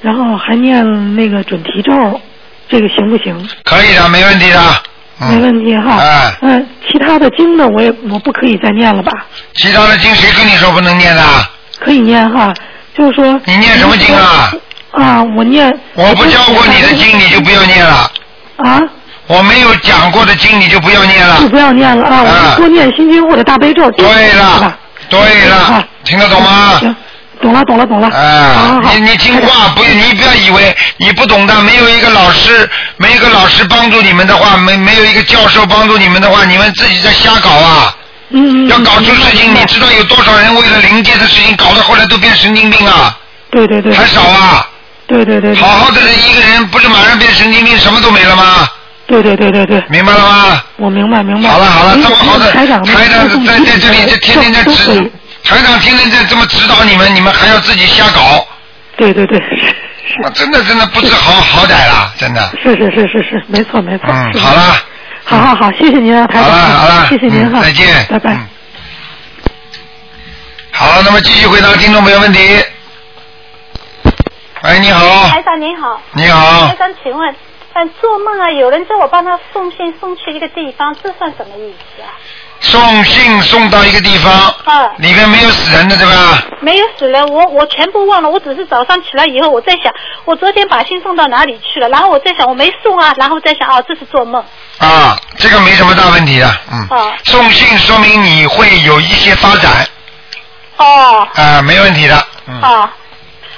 J: 然后还念那个准提咒，这个行不行？
B: 可以的，没问题的。
J: 没问题哈。
B: 哎
J: 嗯、其他的经呢，我也我不可以再念了吧？
B: 其他的经谁跟你说不能念的？
J: 可以念哈，就是说。你
B: 念什么经啊？
J: 啊，我念。
B: 我不教过你的经，你就不要念了。
J: 啊？
B: 我没有讲过的经，你就不要念了。
J: 就不要念了啊！我们多念心经或者大悲咒。对了，
B: 对了，听得懂吗？
J: 行，懂了，懂了，懂了。
B: 啊，你你听话，不，你不要以为你不懂的，没有一个老师，没有一个老师帮助你们的话，没没有一个教授帮助你们的话，你们自己在瞎搞啊。
J: 嗯
B: 要搞出事情，你知道有多少人为了灵界的事情搞到后来都变神经病啊？
J: 对对对。
B: 还少啊？
J: 对对对。
B: 好好的人一个人，不是马上变神经病，什么都没了吗？
J: 对对对对对。
B: 明白了吗？
J: 我明白明白。
B: 好了好了，
J: 没
B: 这么
J: 有
B: 好的
J: 台长
B: 台长在在这里，这天天在
J: 都可
B: 指
J: 以，
B: 台长天天在这么指导你们，你们还要自己瞎搞。
J: 对对对，
B: 我真的真的不知好好歹了，真的。
J: 是是是是是，没错没错。
B: 嗯，好了，
J: 好好好，谢谢您啊，台长。好了好了，谢谢您
B: 嗯
J: 哈。
B: 再见
J: 拜拜。
B: 好，那么继续回答听众朋友问题。喂，你好，
P: 哎台长您好。
B: 你好
P: 台长，请问，嗯，做梦啊，有人叫我帮他送信送去一个地方，这算什么意思啊？
B: 送信送到一个地方，
P: 嗯，
B: 里面没有死人的对吧？
P: 没有死人，我我全部忘了，我只是早上起来以后，我在想，我昨天把信送到哪里去了？然后我在想，我没送啊，然后在想，哦，这是做梦。
B: 啊，这个没什么大问题的，嗯。
P: 哦
B: 送信说明你会有一些发展，
P: 哦
B: 啊、没问题的，嗯。
P: 哦。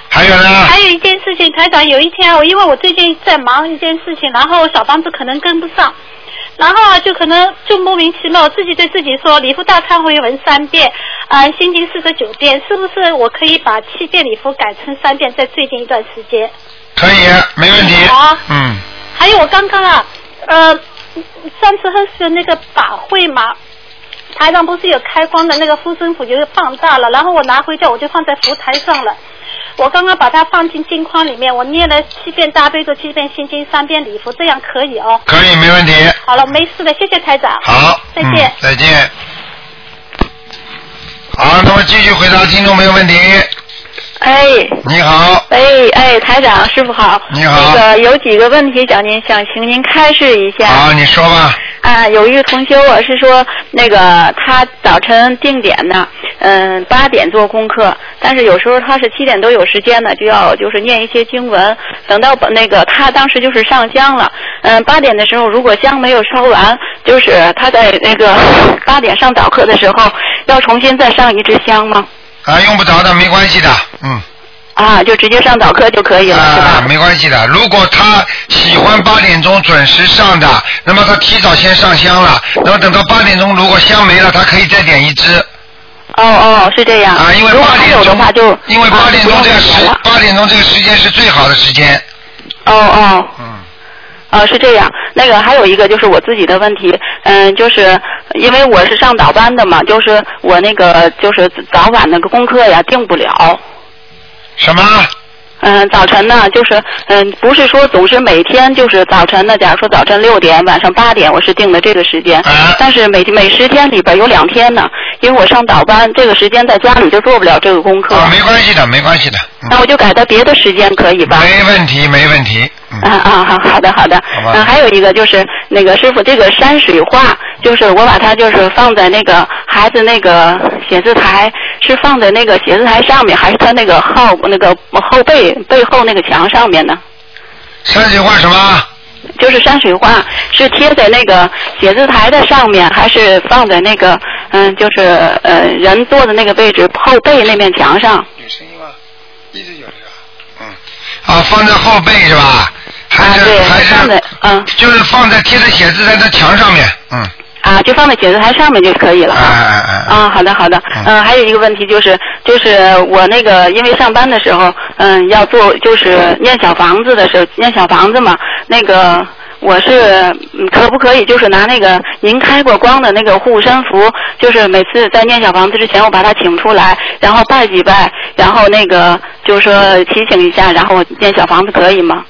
B: 还有呢，
P: 还有一件事情，台长，有一天啊我因为我最近在忙一件事情，然后小房子可能跟不上，然后啊就可能就莫名其妙自己对自己说礼佛大忏悔文三遍，啊、心经四十九遍，是不是我可以把七遍礼佛改成三遍，在最近一段时间？
B: 可以，啊没问题，
P: 好啊
B: 嗯，
P: 还有我刚刚啊，呃，上次喝是那个法会嘛，台上不是有开光的那个护身符就是放大了，然后我拿回家我就放在佛台上了。我刚刚把它放进镜框里面，我念了七遍大悲咒，七遍心经，三遍礼佛，这样可以哦。
B: 可以，没问题。
P: 好了，没事的，谢谢台长。
B: 好，
P: 再见
B: 嗯。再见。好，那么继续回答听众朋友问题。
Q: 哎，
B: 你好，
Q: 喂，哎，台长，师傅好。
B: 你好
Q: 那个有几个问题想您想请您开示一下。
B: 好，你说吧。
Q: 啊，有一个同修啊，是说那个他早晨定点呢，嗯，八点做功课，但是有时候他是七点多有时间呢，就要就是念一些经文。等到把那个他当时就是上香了，嗯，八点的时候如果香没有烧完，就是他在那个八点上早课的时候要重新再上一支香吗？
B: 啊，用不着的，没关系的，嗯。
Q: 啊，就直接上早课就可以了，是吧？
B: 啊，没关系的。如果他喜欢八点钟准时上的，那么他提早先上香了，那么等到八点钟如果香没了，他可以再点一支。
Q: 哦哦，是这样。
B: 啊，因为
Q: 如果
B: 八
Q: 还
B: 点
Q: 有
B: 钟
Q: 的话就
B: 因为
Q: 啊
B: 八点
Q: 就
B: 钟
Q: 不
B: 这个
Q: 用再点
B: 时
Q: 了
B: 八点钟这个时间是最好的时间。
Q: 哦哦。嗯。呃，是这样，那个还有一个就是我自己的问题，嗯、就是因为我是上早班的嘛，就是我那个就是早晚那个功课呀定不了。
B: 什么？
Q: 嗯、早晨呢，就是嗯、不是说总是每天就是早晨呢，假如说早晨六点，晚上八点，我是定的这个时间，
B: 啊
Q: 但是每每十天里边有两天呢，因为我上早班，这个时间在家里就做不了这个功课，
B: 啊，没关系的，没关系的，嗯
Q: 那我就改到别的时间可以吧？
B: 没问题，没问题。 嗯
Q: 啊啊，好好的好的。
B: 吧
Q: 嗯，还有一个就是那个师傅，这个山水画，就是我把它就是放在那个孩子那个写字台，是放在那个写字台上面，还是他那个后那个后背背后那个墙上面呢？
B: 山水画什么？
Q: 就是山水画是贴在那个写字台的上面，还是放在那个嗯，就是呃人坐的那个位置后背那面墙上？
B: 有声音吗？一直有这个。嗯。啊，放在后背是吧？还是、还是放
Q: 啊在嗯，
B: 就是放在贴着写字台的墙上面，嗯，
Q: 啊，就放在写字台上面就可以了。
B: 哎哎哎，
Q: 啊，好的好的，嗯、还有一个问题就是，就是我那个因为上班的时候，嗯、要做就是念小房子的时候，念小房子嘛，那个我是嗯可不可以就是拿那个您开过光的那个护身符，就是每次在念小房子之前，我把它请出来，然后拜几拜，然后那个就是说提醒一下，然后我念小房子可以吗？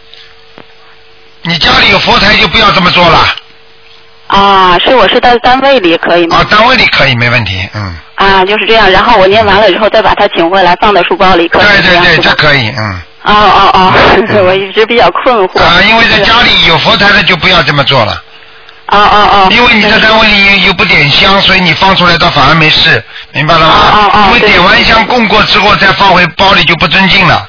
B: 你家里有佛台就不要这么做了，
Q: 啊，是我是在单哦位里可以吗？
B: 啊，单位里可以没问题，嗯，
Q: 啊，就是这样，然后我念完了之后再把它请回来，放到书包里，可以
B: 对
Q: 这
B: 对
Q: 样
B: 对，
Q: 是吧
B: 这可以，嗯，
Q: 哦哦哦， 我一直比较困惑。
B: 啊，因为在家里有佛台的就不要这么做了，
Q: 哦哦哦，
B: 因为你在单位里又又不点香，所以你放出来倒反而没事，明白了
Q: 哦
B: 吗？因为点完香供过之后再放回包里就不尊敬了，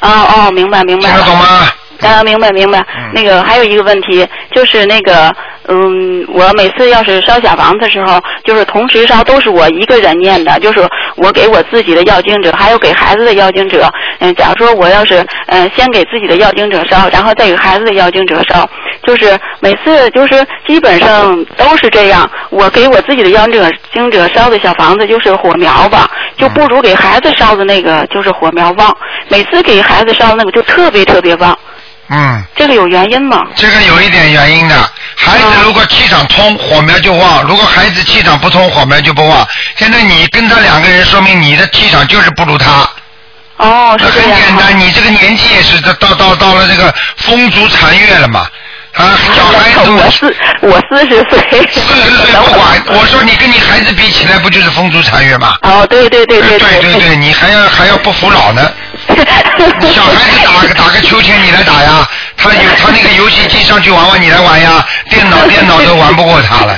Q: 哦哦，明白明白。听得懂
B: 吗？嗯
Q: 啊，明白明白。那个还有一个问题，就是那个，嗯，我每次要是烧小房子的时候，就是同时烧，都是我一个人念的，就是我给我自己的要经者，还有给孩子的要经者。嗯，假如说我要是，嗯，先给自己的要经者烧，然后再给孩子的要经者烧，就是每次就是基本上都是这样。我给我自己的要经者经者烧的小房子就是火苗吧，就不如给孩子烧的那个就是火苗旺。每次给孩子烧的那个就特别特别旺。
B: 嗯。
Q: 这个有原因吗？
B: 这个有一点原因的。孩子如果气场通，火苗就旺；如果孩子气场不通，火苗就不旺。现在你跟他两个人，说明你的气场就是不如他。
Q: 哦，
B: 是这样。啊很简单，你这个年纪也是到到到到了这个风烛残月了嘛。啊，小孩子，我
Q: 四我四十岁，
B: 四十岁不管。我说你跟你孩子比起来，不就是风烛残月吗？
Q: 哦，对对对
B: 对对对对， 你还要还要不服老呢。小孩子打个打个秋千，你来打呀；他有他那个游戏机上去玩玩，你来玩呀，电脑电脑都玩不过他 了，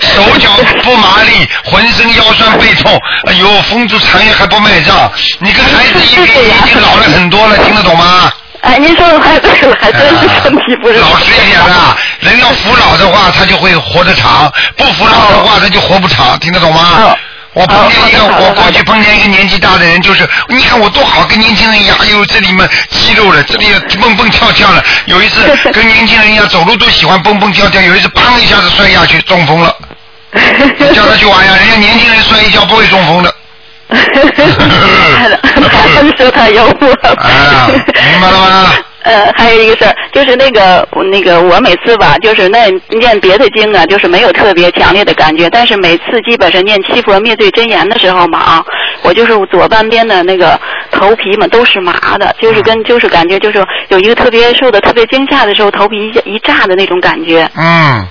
B: 手脚不麻利，浑身腰酸背痛，哎呦，风烛残月还不卖账，你跟孩子一 比已经老了很多了，听得懂吗？
Q: 哎，您说的太对了，还真是身体不是。
B: 哎老实一点啊，人要服老的话，他就会活得长；不服老的
Q: 哦
B: 话，他就活不长，听得懂吗？我碰见一个，我过去碰见一个年纪大的人，就是你看我多好，跟年轻人一样，哎呦这里面肌肉了，这里蹦蹦跳跳了。有一次 跟年轻人一样，走路都喜欢蹦蹦跳跳，有一次砰一下子摔下去，中风 了。你叫他去玩呀，人家年轻人摔一跤不会中风 的。
Q: 嗯 说他幽默。
B: 啊，明白了吗？
Q: 嗯 呃，还有一个事儿，就是那个我那个我每次吧，就是那念别的经啊，就是没有特别强烈的感觉，但是每次基本上念七佛灭罪真言的时候嘛啊，我就是左半边的那个头皮嘛都是麻的，就是
B: 嗯
Q: 跟就是感觉就是有一个特别受的特别惊吓的时候，头皮一下一炸的那种感觉。
B: 嗯，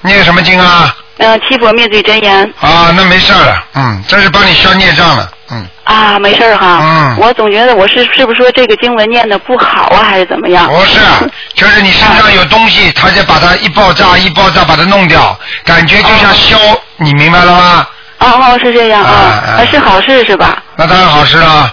B: 念什么经啊？
Q: 嗯、七佛灭罪真言
B: 啊，那没事儿了，嗯，这是帮你消孽障了，嗯。
Q: 啊，没事儿哈。嗯。我总觉得我是是不是说这个经文念的不好啊，还是怎么样？
B: 不哦是，啊就是你身上有东西，他就把它一爆炸一爆炸把它弄掉，感觉就像消，你明白了吗？
Q: 哦哦，是这样啊，啊是好事是吧？
B: 那当然好事了。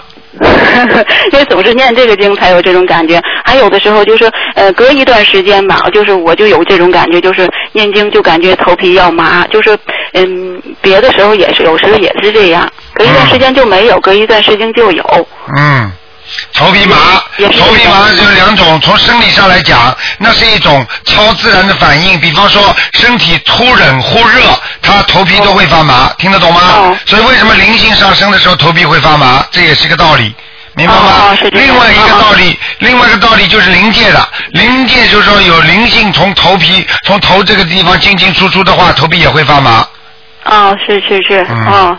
Q: 因为总是念这个经才有这种感觉，还有的时候就是呃，隔一段时间吧，就是我就有这种感觉，就是念经就感觉头皮要麻，就是嗯，别的时候也是，有时候也是这样，隔一段时间就没有，隔一段时间就有。
B: 嗯，头皮麻，头皮麻有两种，从生理上来讲，那是一种超自然的反应，比方说身体忽冷忽热，它头皮都会发麻，听得懂吗？所以为什么灵性上升的时候头皮会发麻，这也是个道理。明白吗？另外一个道理，另外一个道理就是灵界的，灵界就是说有灵性从头皮从头这个地方进进出出的话，头皮也会发麻。嗯
Q: 哦，是是是，哦，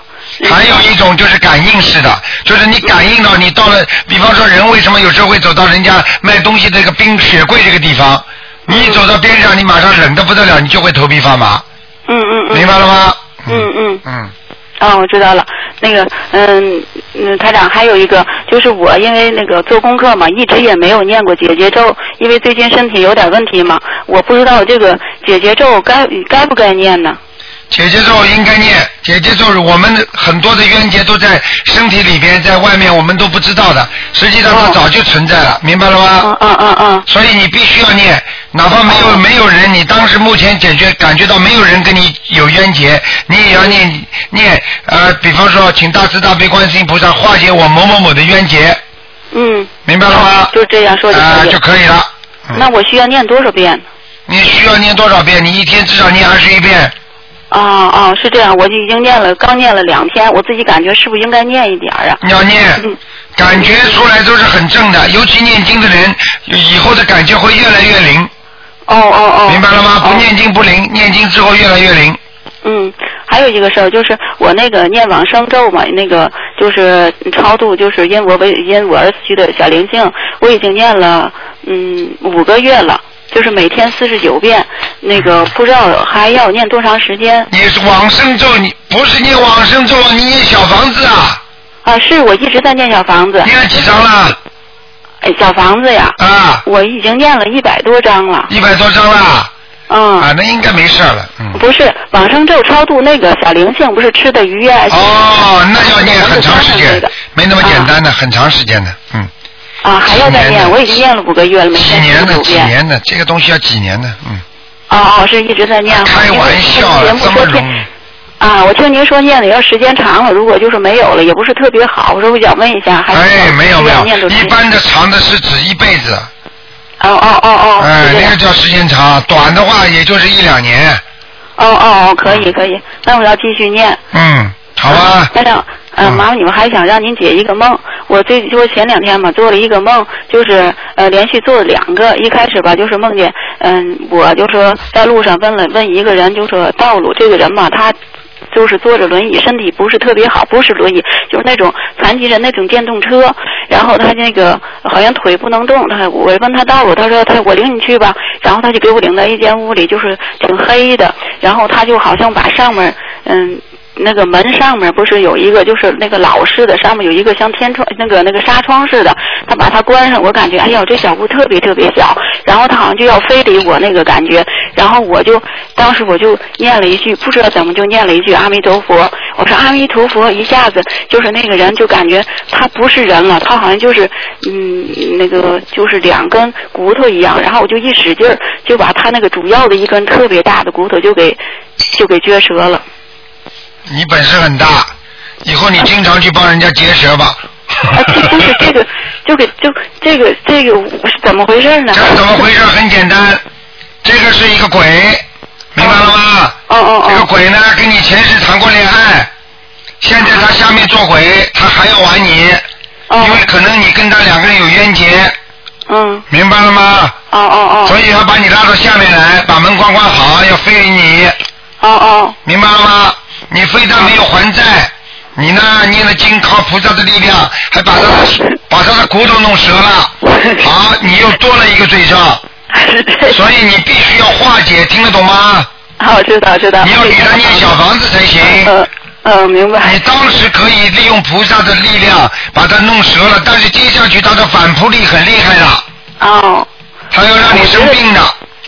B: 还有一种就是感应式的，就是你感应到你到了，比方说人为什么有时候会走到人家卖东西这个冰雪柜这个地方，你一走到边上，你马上冷的不得了，你就会头皮发麻，
Q: 嗯嗯嗯。
B: 明白了吗？
Q: 嗯嗯。
B: 嗯。
Q: 哦，我知道了。那个，嗯，嗯，台长，还有一个就是我因为那个做功课嘛，一直也没有念过解结咒，因为最近身体有点问题嘛，我不知道这个解结咒该该不该念呢？
B: 姐姐咒应该念，姐姐咒我们很多的冤结都在身体里边，在外面我们都不知道的，实际上它
Q: 哦
B: 早就存在了，明白了吗？
Q: 嗯嗯嗯。
B: 所以你必须要念，哪怕没
Q: 哦
B: 有没有人，你当时目前解决感觉到没有人跟你有冤结，你也要念念呃，比方说，请大慈大悲观世音菩萨化解我某某某的冤结，
Q: 嗯。
B: 明白了吗？
Q: 就这样说就可以、
B: 啊就可以了。
Q: 那我需要念多少遍？
B: 嗯你需要念多少遍？你一天至少念二十一遍。
Q: 哦哦，是这样，我就已经念了，刚念了两天，我自己感觉是不是应该念一点儿啊？
B: 你要念，感觉出来都是很正的，尤其念经的人，以后的感觉会越来越灵。
Q: 哦哦哦。
B: 明白了吗？不念经不灵，念经之后越来越灵。
Q: 嗯，还有一个事儿就是我那个念往生咒嘛，那个就是超度，就是因我为因我而去的小灵性，我已经念了嗯五个月了。就是每天四十九遍，那个不知道还要念多长时间。
B: 你是往生咒，你不是念往生咒，你念小房子啊？
Q: 啊，是我一直在念小房子。
B: 念几张了？
Q: 哎，小房子呀。
B: 啊。
Q: 我已经念了一百多张了。
B: 一百多张了。
Q: 嗯。
B: 啊，那应该没事儿了。嗯。
Q: 不是往生咒超度那个小灵性，不是吃的愉悦。
B: 哦，那要念很长时间，没那么简单的，很长时间的，嗯。
Q: 啊，还要再念，我已经念了五个月了，每
B: 几
Q: 天
B: 年
Q: 念
B: 的，
Q: 五
B: 几
Q: 遍。
B: 年的，这个东西要几年的，嗯。
Q: 哦哦，是一直在念。
B: 开玩笑
Q: 节
B: 了，
Q: 目
B: 这
Q: 说
B: 么
Q: 听
B: 容易。
Q: 啊，我听您说念的要时间长了，如果就是没有了，也不是特别好，我说我想问一下，还是
B: 哎，没有没
Q: 念
B: 有，
Q: 多
B: 一般的长的是指一辈子，
Q: 哦哦哦哦，
B: 哎，那个叫时间长，短的话也就是一两年。
Q: 哦哦哦，可以可以，那我要继续念。
B: 嗯，好吧。
Q: 班长，呃，麻烦你们还想让您解一个梦。我最就是前两天嘛，做了一个梦，就是呃连续做了两个。一开始吧，就是梦见，嗯、我就说在路上问了问一个人，就说道路这个人嘛，他就是坐着轮椅，身体不是特别好，不是轮椅，就是那种残疾人那种电动车。然后他那个好像腿不能动，他我问他道路，他说他我领你去吧，然后他就给我领到一间屋里，就是挺黑的，然后他就好像把上面嗯。那个门上面不是有一个，就是那个老式的，上面有一个像天窗、那个那个纱窗似的，他把它关上，我感觉哎呦这小屋特别特别小，然后他好像就要非礼我那个感觉，嗯然后我就当时我就念了一句，不知道怎么就念了一句阿弥陀佛，我说阿弥陀佛，一下子就是那个人就感觉他不是人了，他好像就是嗯那个就是两根骨头一样，然后我就一使劲儿就把他那个主要的一根特别大的骨头就给就给撅折了。
B: 你本事很大，以后你经常去帮人家结舌吧。
Q: 啊，这不是 这个，就给就这个这个是怎么回事呢？
B: 这怎么回事？很简单，这个是一个鬼，明白了吗？
Q: 哦哦
B: 哦。这个鬼呢，跟你前世谈过恋爱，现在他下面做鬼，他还要玩你，因为可能你跟他两个人有冤结。
Q: 哦嗯。
B: 明白了吗？
Q: 哦哦哦。
B: 所以要把你拉到下面来，把门关关好，要非礼你。
Q: 哦哦。
B: 明白了吗？你非但没有还债，你呢念了经靠菩萨的力量，还把他的把他的骨头弄折了，好，你又多了一个罪障。所以你必须要化解，听得懂吗？
Q: 好，知道知道。
B: 你要给他念小房子才行。
Q: 嗯嗯，明白。
B: 你当时可以利用菩萨的力量把它弄折了，但是接下去他的反扑力很厉害的。
Q: 哦。
B: 他要让你生病的。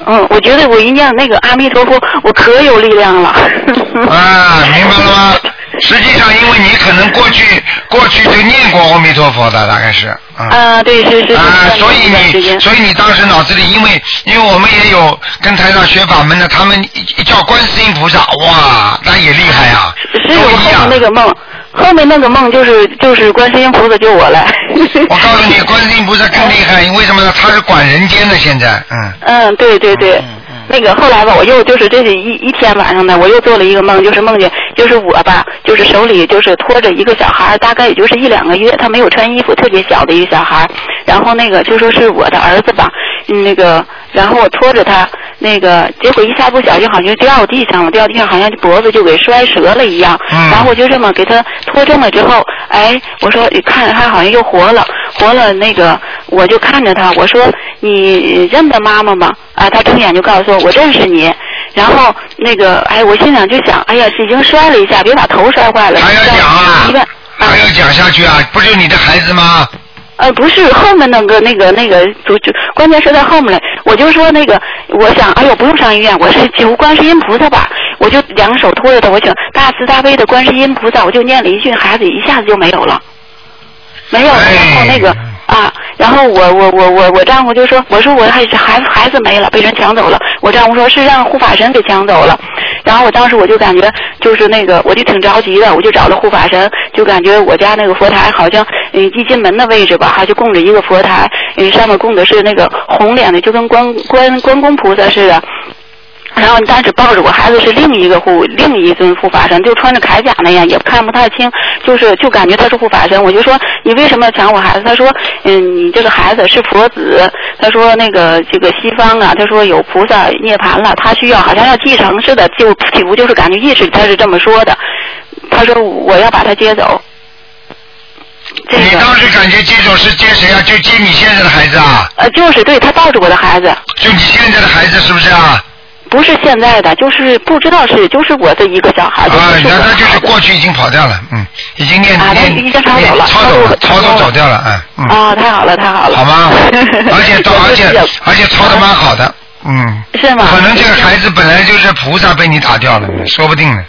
Q: 嗯，我觉得我一念那个阿弥陀佛，我可有力量了。
B: 啊，明白了吗？ 实际上，因为你可能过去过去就念过阿弥陀佛的，大概是啊。
Q: 啊，对，是是。
B: 啊，所以你，所以你当时脑子里，因为因为我们也有跟台上学法门的，他们一一叫观世音菩萨，哇，那也厉害啊！
Q: 是我后面那个梦，后面那个梦就是就是观世音菩萨救我了。
B: 我告诉你，观世音菩萨更厉害，为什么呢？他是管人间的，现在，嗯。
Q: 嗯，对对对。那个后来吧，我又就是这是一一天晚上呢，我又做了一个梦，就是梦见就是我吧，就是手里就是拖着一个小孩儿，大概也就是一两个月，他没有穿衣服，特别小的一个小孩儿。然后那个就说是我的儿子吧，嗯那个然后我拖着他，那个结果一下不小心好像就掉地上了，掉地上好像脖子就给摔折了一样。然后我就这么给他拖正了之后，哎，我说你看着他好像又活了，活了那个我就看着他，我说你认得妈妈吗？啊，他睁眼就告诉我我认识你。然后那个哎，我心想就想，哎呀，已经摔了一下，别把头摔坏了。还要讲啊？一万
B: 还要讲下去啊，不是你的孩子吗？
Q: 呃，不是后面那个那个那个，就就关键是在后面嘞。我就说那个，我想，哎呦，不用上医院，我是求观世音菩萨吧。我就两手托着他，我想大慈大悲的观世音菩萨，我就念了一句，孩子一下子就没有了，没有了。然后那个啊，然后我我我我我丈夫就说，我说我还孩子孩子没了，被人抢走了。我丈夫说是让护法神给抢走了。然后我当时我就感觉就是那个，我就挺着急的，我就找了护法神，就感觉我家那个佛台好像，嗯，一进门的位置吧，还就供着一个佛台，嗯，上面供的是那个红脸的，就跟关关关公菩萨似的。然后当时抱着我孩子是另一个护另一尊护法神，就穿着铠甲那样，也看不太清，就是就感觉他是护法神。我就说你为什么要抢我孩子？他说嗯，你这个孩子是佛子。他说那个这个西方啊，他说有菩萨涅槃了，他需要好像要继承似的，就体无就是感觉意识他是这么说的。他说我要把他接走。
B: 你当时感觉接手是接谁啊？就接你现在的孩子啊？
Q: 呃，就是对他抱着我的孩子。
B: 就你现在的孩子是不是啊？
Q: 不是现在的，就是不知道是就是我的一个小孩。
B: 啊，那那就是过去已经跑掉了，嗯，已经念
Q: 啊他
B: 念
Q: 已经抄走了
B: 抄走了，抄走走掉了，嗯嗯。
Q: 啊，太好了，太好了。
B: 好 吗？而且到而且而且抄的蛮好的，嗯。
Q: 是吗
B: 可能这个孩子本来就是菩萨被你打掉了，说不定呢。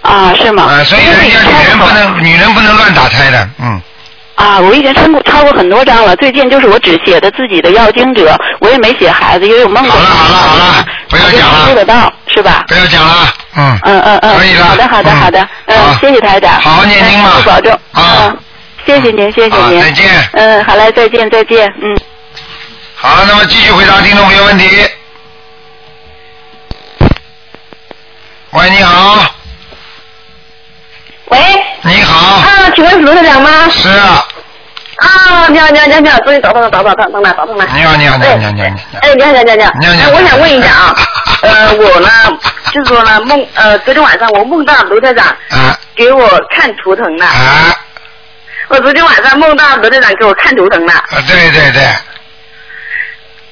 Q: 啊，是吗？
B: 啊，所以人家女人不能女人不能乱打胎的，嗯。
Q: 啊，我以前抄过抄过很多张了，最近就是我只写的自己的要经者，我也没写孩子，因为我梦过。好了好了好了，不要讲了。得到是吧？
B: 不要讲了，嗯。
Q: 嗯嗯嗯，可以了。好的好的好的，嗯，谢谢台长。好好念经嘛。保重。啊。谢谢您，谢谢您。再
B: 见。
Q: 嗯，好嘞，再见再见，嗯。
B: 好，那么继续回答听众朋友问题。喂，你好。
I: 喂。
B: 你好。
I: 啊，请问是卢台长吗？
B: 是啊。
I: 啊，你好，你好，你好，你好，终于找到了，找到了，找到了，找到了。
B: 你好，你好，你好，你好，你好，你好。
I: 哎，你好，你好，你好，
B: 哎你好你好
I: 哎我想问一 下啊，呃，我呢，就是说呢，梦，呃，昨天晚上我梦到卢台长给我看图腾了。
B: 啊。
I: 我昨天晚上梦到卢台长给我看图腾了。
B: 啊，对对对，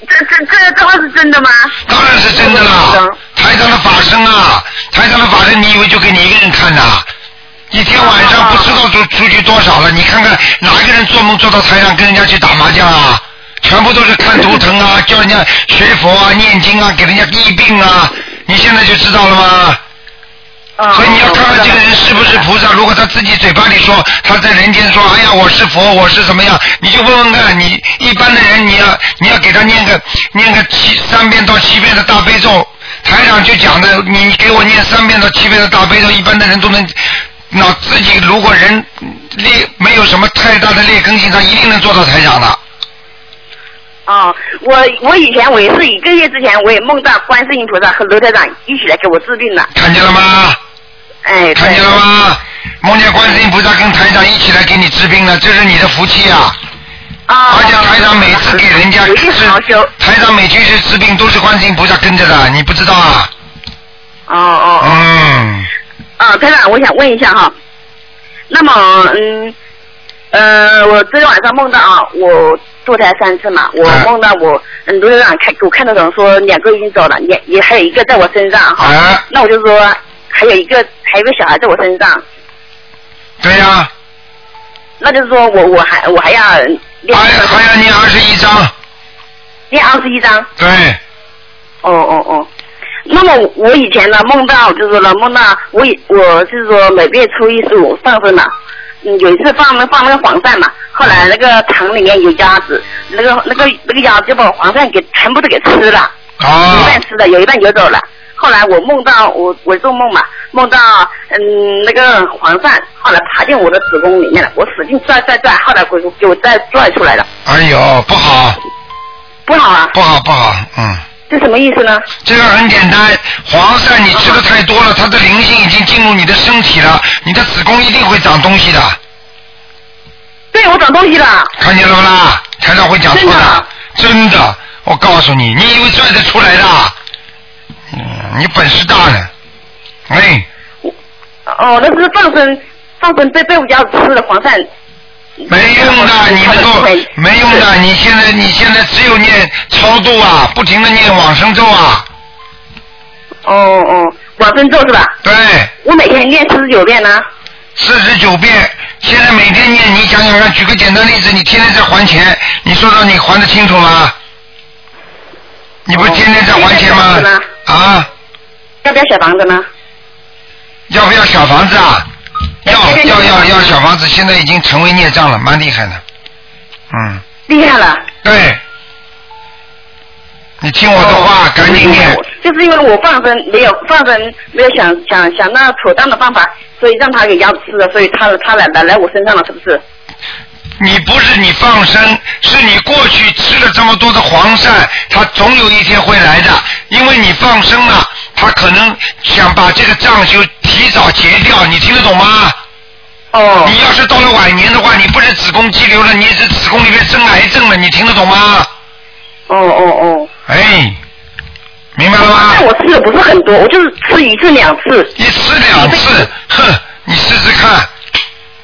I: 这这这这话是真的吗？
B: 当然是真的啦。台上的法身啊，台上的法身，你以为就给你一个人看呐？一天晚上不知道出出去多少了。你看看哪个人做梦做到台上跟人家去打麻将啊？全部都是看图腾啊，叫人家学佛啊、念经啊，给人家医病啊。你现在就知道了吗？所以你要看看这个人是不是菩萨。如果他自己嘴巴里说他在人间说，哎呀，我是佛，我是怎么样，你就问问看，你一般的人，你要你要给他念个念个七三遍到七遍的大悲咒。台长就讲的，你你给我念三遍到七遍的大悲咒，一般的人都能。脑自己如果人劣没有什么太大的劣根性，他一定能做到台长的。
I: 哦，我我以前我也是一个月之前，我也梦到观世音菩萨和罗台长一起来给我治病了。
B: 看见了吗？
I: 哎，
B: 看见了吗？梦见观世音菩萨跟台长一起来给你治病了，这是你的福气啊！
I: 啊！
B: 而且台长每次给人家治，台长每去治病都是观世音菩萨跟着的，你不知道啊？
I: 哦哦。
B: 嗯。
I: 啊，台长，我想问一下哈，那么嗯呃，我昨天晚上梦到啊，我堕胎三次嘛，我
B: 啊
I: 梦到我嗯，卢台长看给我看到人说两个已经走了，也也还有一个在我身上哈，
B: 啊
I: 那我就说还有一个还有一个小孩在我身上，
B: 对呀、
I: 那就是说我我还我还要练，还
B: 要念二十一章，
I: 念二十一章，
B: 对，
I: 哦哦哦。那么我以前呢梦到就是说呢梦到我以我就是说每个月初一十五放生嘛，嗯有一次放那放那个黄鳝嘛，后来那个塘里面有鸭子，那个那个那个鸭子就把黄鳝给全部都给吃了，
B: 啊
I: 一半吃了有一半游走了。后来我梦到我我做梦嘛，梦到嗯那个黄鳝，后来爬进我的子宫里面了，我使劲拽拽拽，后来给我给我拽拽出来了，
B: 哎呦，不好，
I: 不好啊，
B: 不好，不好，嗯。
I: 这什么意思呢？
B: 这个很简单，黄鳝你吃的太多了，它的灵性已经进入你的身体了，你的子宫一定会长东西的。
I: 对，我长东西了。
B: 看见了不啦？台长会讲错的，真的，我告诉你，你以为拽得出来的？嗯，你本事大呢。哎，
I: 哦那是放生放生被被我家吃了黄鳝。
B: 没用
I: 嗯
B: 的，你能够没用的，你现在你现在只有念超度啊，不停的念往生咒啊。
I: 哦哦，往生咒是吧？
B: 对。
I: 我每天念四十九遍呢。
B: 四十九遍，现在每天念，你想想看，举个简单例子，你天天在还钱，你说说你还得清楚吗？你不是天天在还钱吗？啊？
I: 要不要小房子呢？
B: 要不要小房子啊？要要要要小房子，现在已经成为孽障了，蛮厉害的。嗯，
I: 厉害了，
B: 对。你听我的话，赶紧念。
I: 就是因为我放生没有放生没有想想想到妥当的办法，所以让他给鸭子吃了，所以他他来来来我身上了，是不是？
B: 你
I: 嗯
B: 不是你放生，是你过去吃了这么多的黄鳝，它总有一天会来的。因为你放生了，它可能想把这个账就提早结掉，你听得懂吗？
I: 哦。
B: 你要是到了晚年的话，你不是子宫肌瘤了，你是子宫里面生癌症了，你听得懂吗？
I: 哦哦哦。
B: 哎，明白了吗？
I: 但我吃的不是很多，我就是吃一次两次。
B: 一吃两次，哼，你试试看，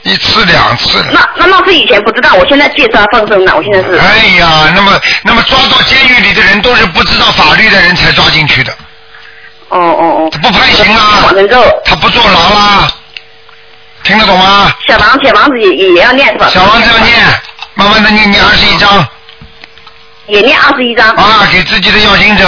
B: 一次两次。
I: 那那那是以前不知道，我现在戒杀放生了，我现在是。
B: 哎呀，那么那么抓到监狱里的人都是不知道法律的人才抓进去的。
I: 哦哦哦。
B: 不判刑啦，他不坐牢啦，听得懂吗？
I: 小房小房子也也也要念是吧？
B: 小王子要念，慢慢的念念二十一章
I: 也念二十一章。
B: 啊，给自己的要经者。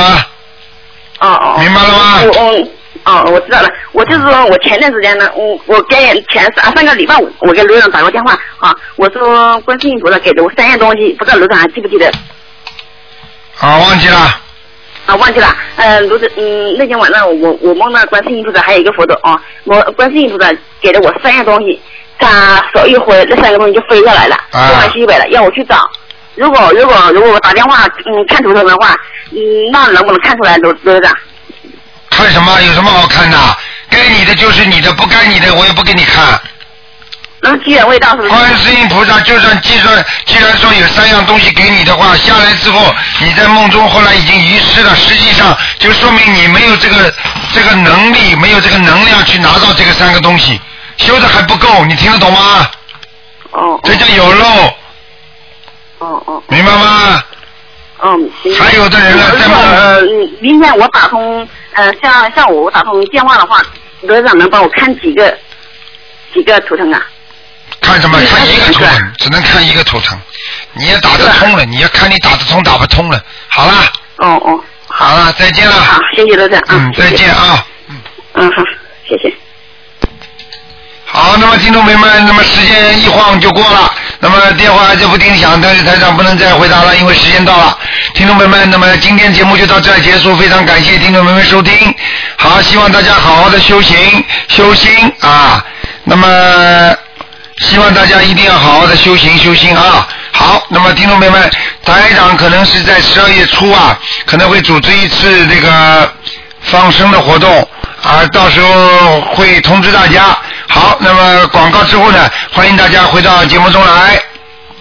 I: 哦哦。
B: 明白了吗
I: 我我哦，我知道了。我就是说我前段时间呢，我我给前啊上上个礼拜五，我给刘长打过电话啊，我说观世音菩萨给了我三样东西，不知道刘长还记不记得
B: 啊，忘记了，
I: 啊？忘记了。呃，卢长，嗯，那天晚上我我梦到观世音菩萨还有一个佛陀啊，我观世音菩萨给了我三样东西，他手一挥，那三个东西就飞下来了，东
B: 啊
I: 南西北了，要我去找。如果如果如果我打电话嗯看图腾的话，嗯，那能不能看出来刘刘长？
B: 看什么？有什么好看的？该你的就是你的，不该你的我也不给你看。
I: 那么机缘未到是不是？
B: 观世音菩萨就算计算，既然说有三样东西给你的话，下来之后你在梦中后来已经遗失了，实际上就说明你没有这个这个能力，没有这个能量去拿到这个三个东西，修的还不够，你听得懂吗？
I: 哦。
B: 这叫有漏。
I: 哦哦。
B: 明白吗？
I: 嗯，
B: 还有的人呢，在梦
I: 呃，明天我打通呃下下午我打通电话的话，罗院长能帮我看几个？几个图腾啊？
B: 看什么？看一个图腾，只能看一个图腾。你也打得通了，你要看你打得通打不通了。好啦，
I: 哦哦，
B: 好啦，再见啦。
I: 好，谢谢罗总啊。
B: 嗯，再见啊。
I: 嗯，好，谢谢。
B: 好，那么听众朋友们，那么时间一晃就过了，那么电话就不停响，但是台长不能再回答了，因为时间到了。听众朋友们，那么今天节目就到这儿结束，非常感谢听众朋友们收听。好，希望大家好好的修行修心啊，那么希望大家一定要好好的修行修心啊。好，那么听众朋友们，台长可能是在十二月初啊，可能会组织一次这个放生的活动啊，到时候会通知大家。好，那么广告之后呢，欢迎大家回到节目中来。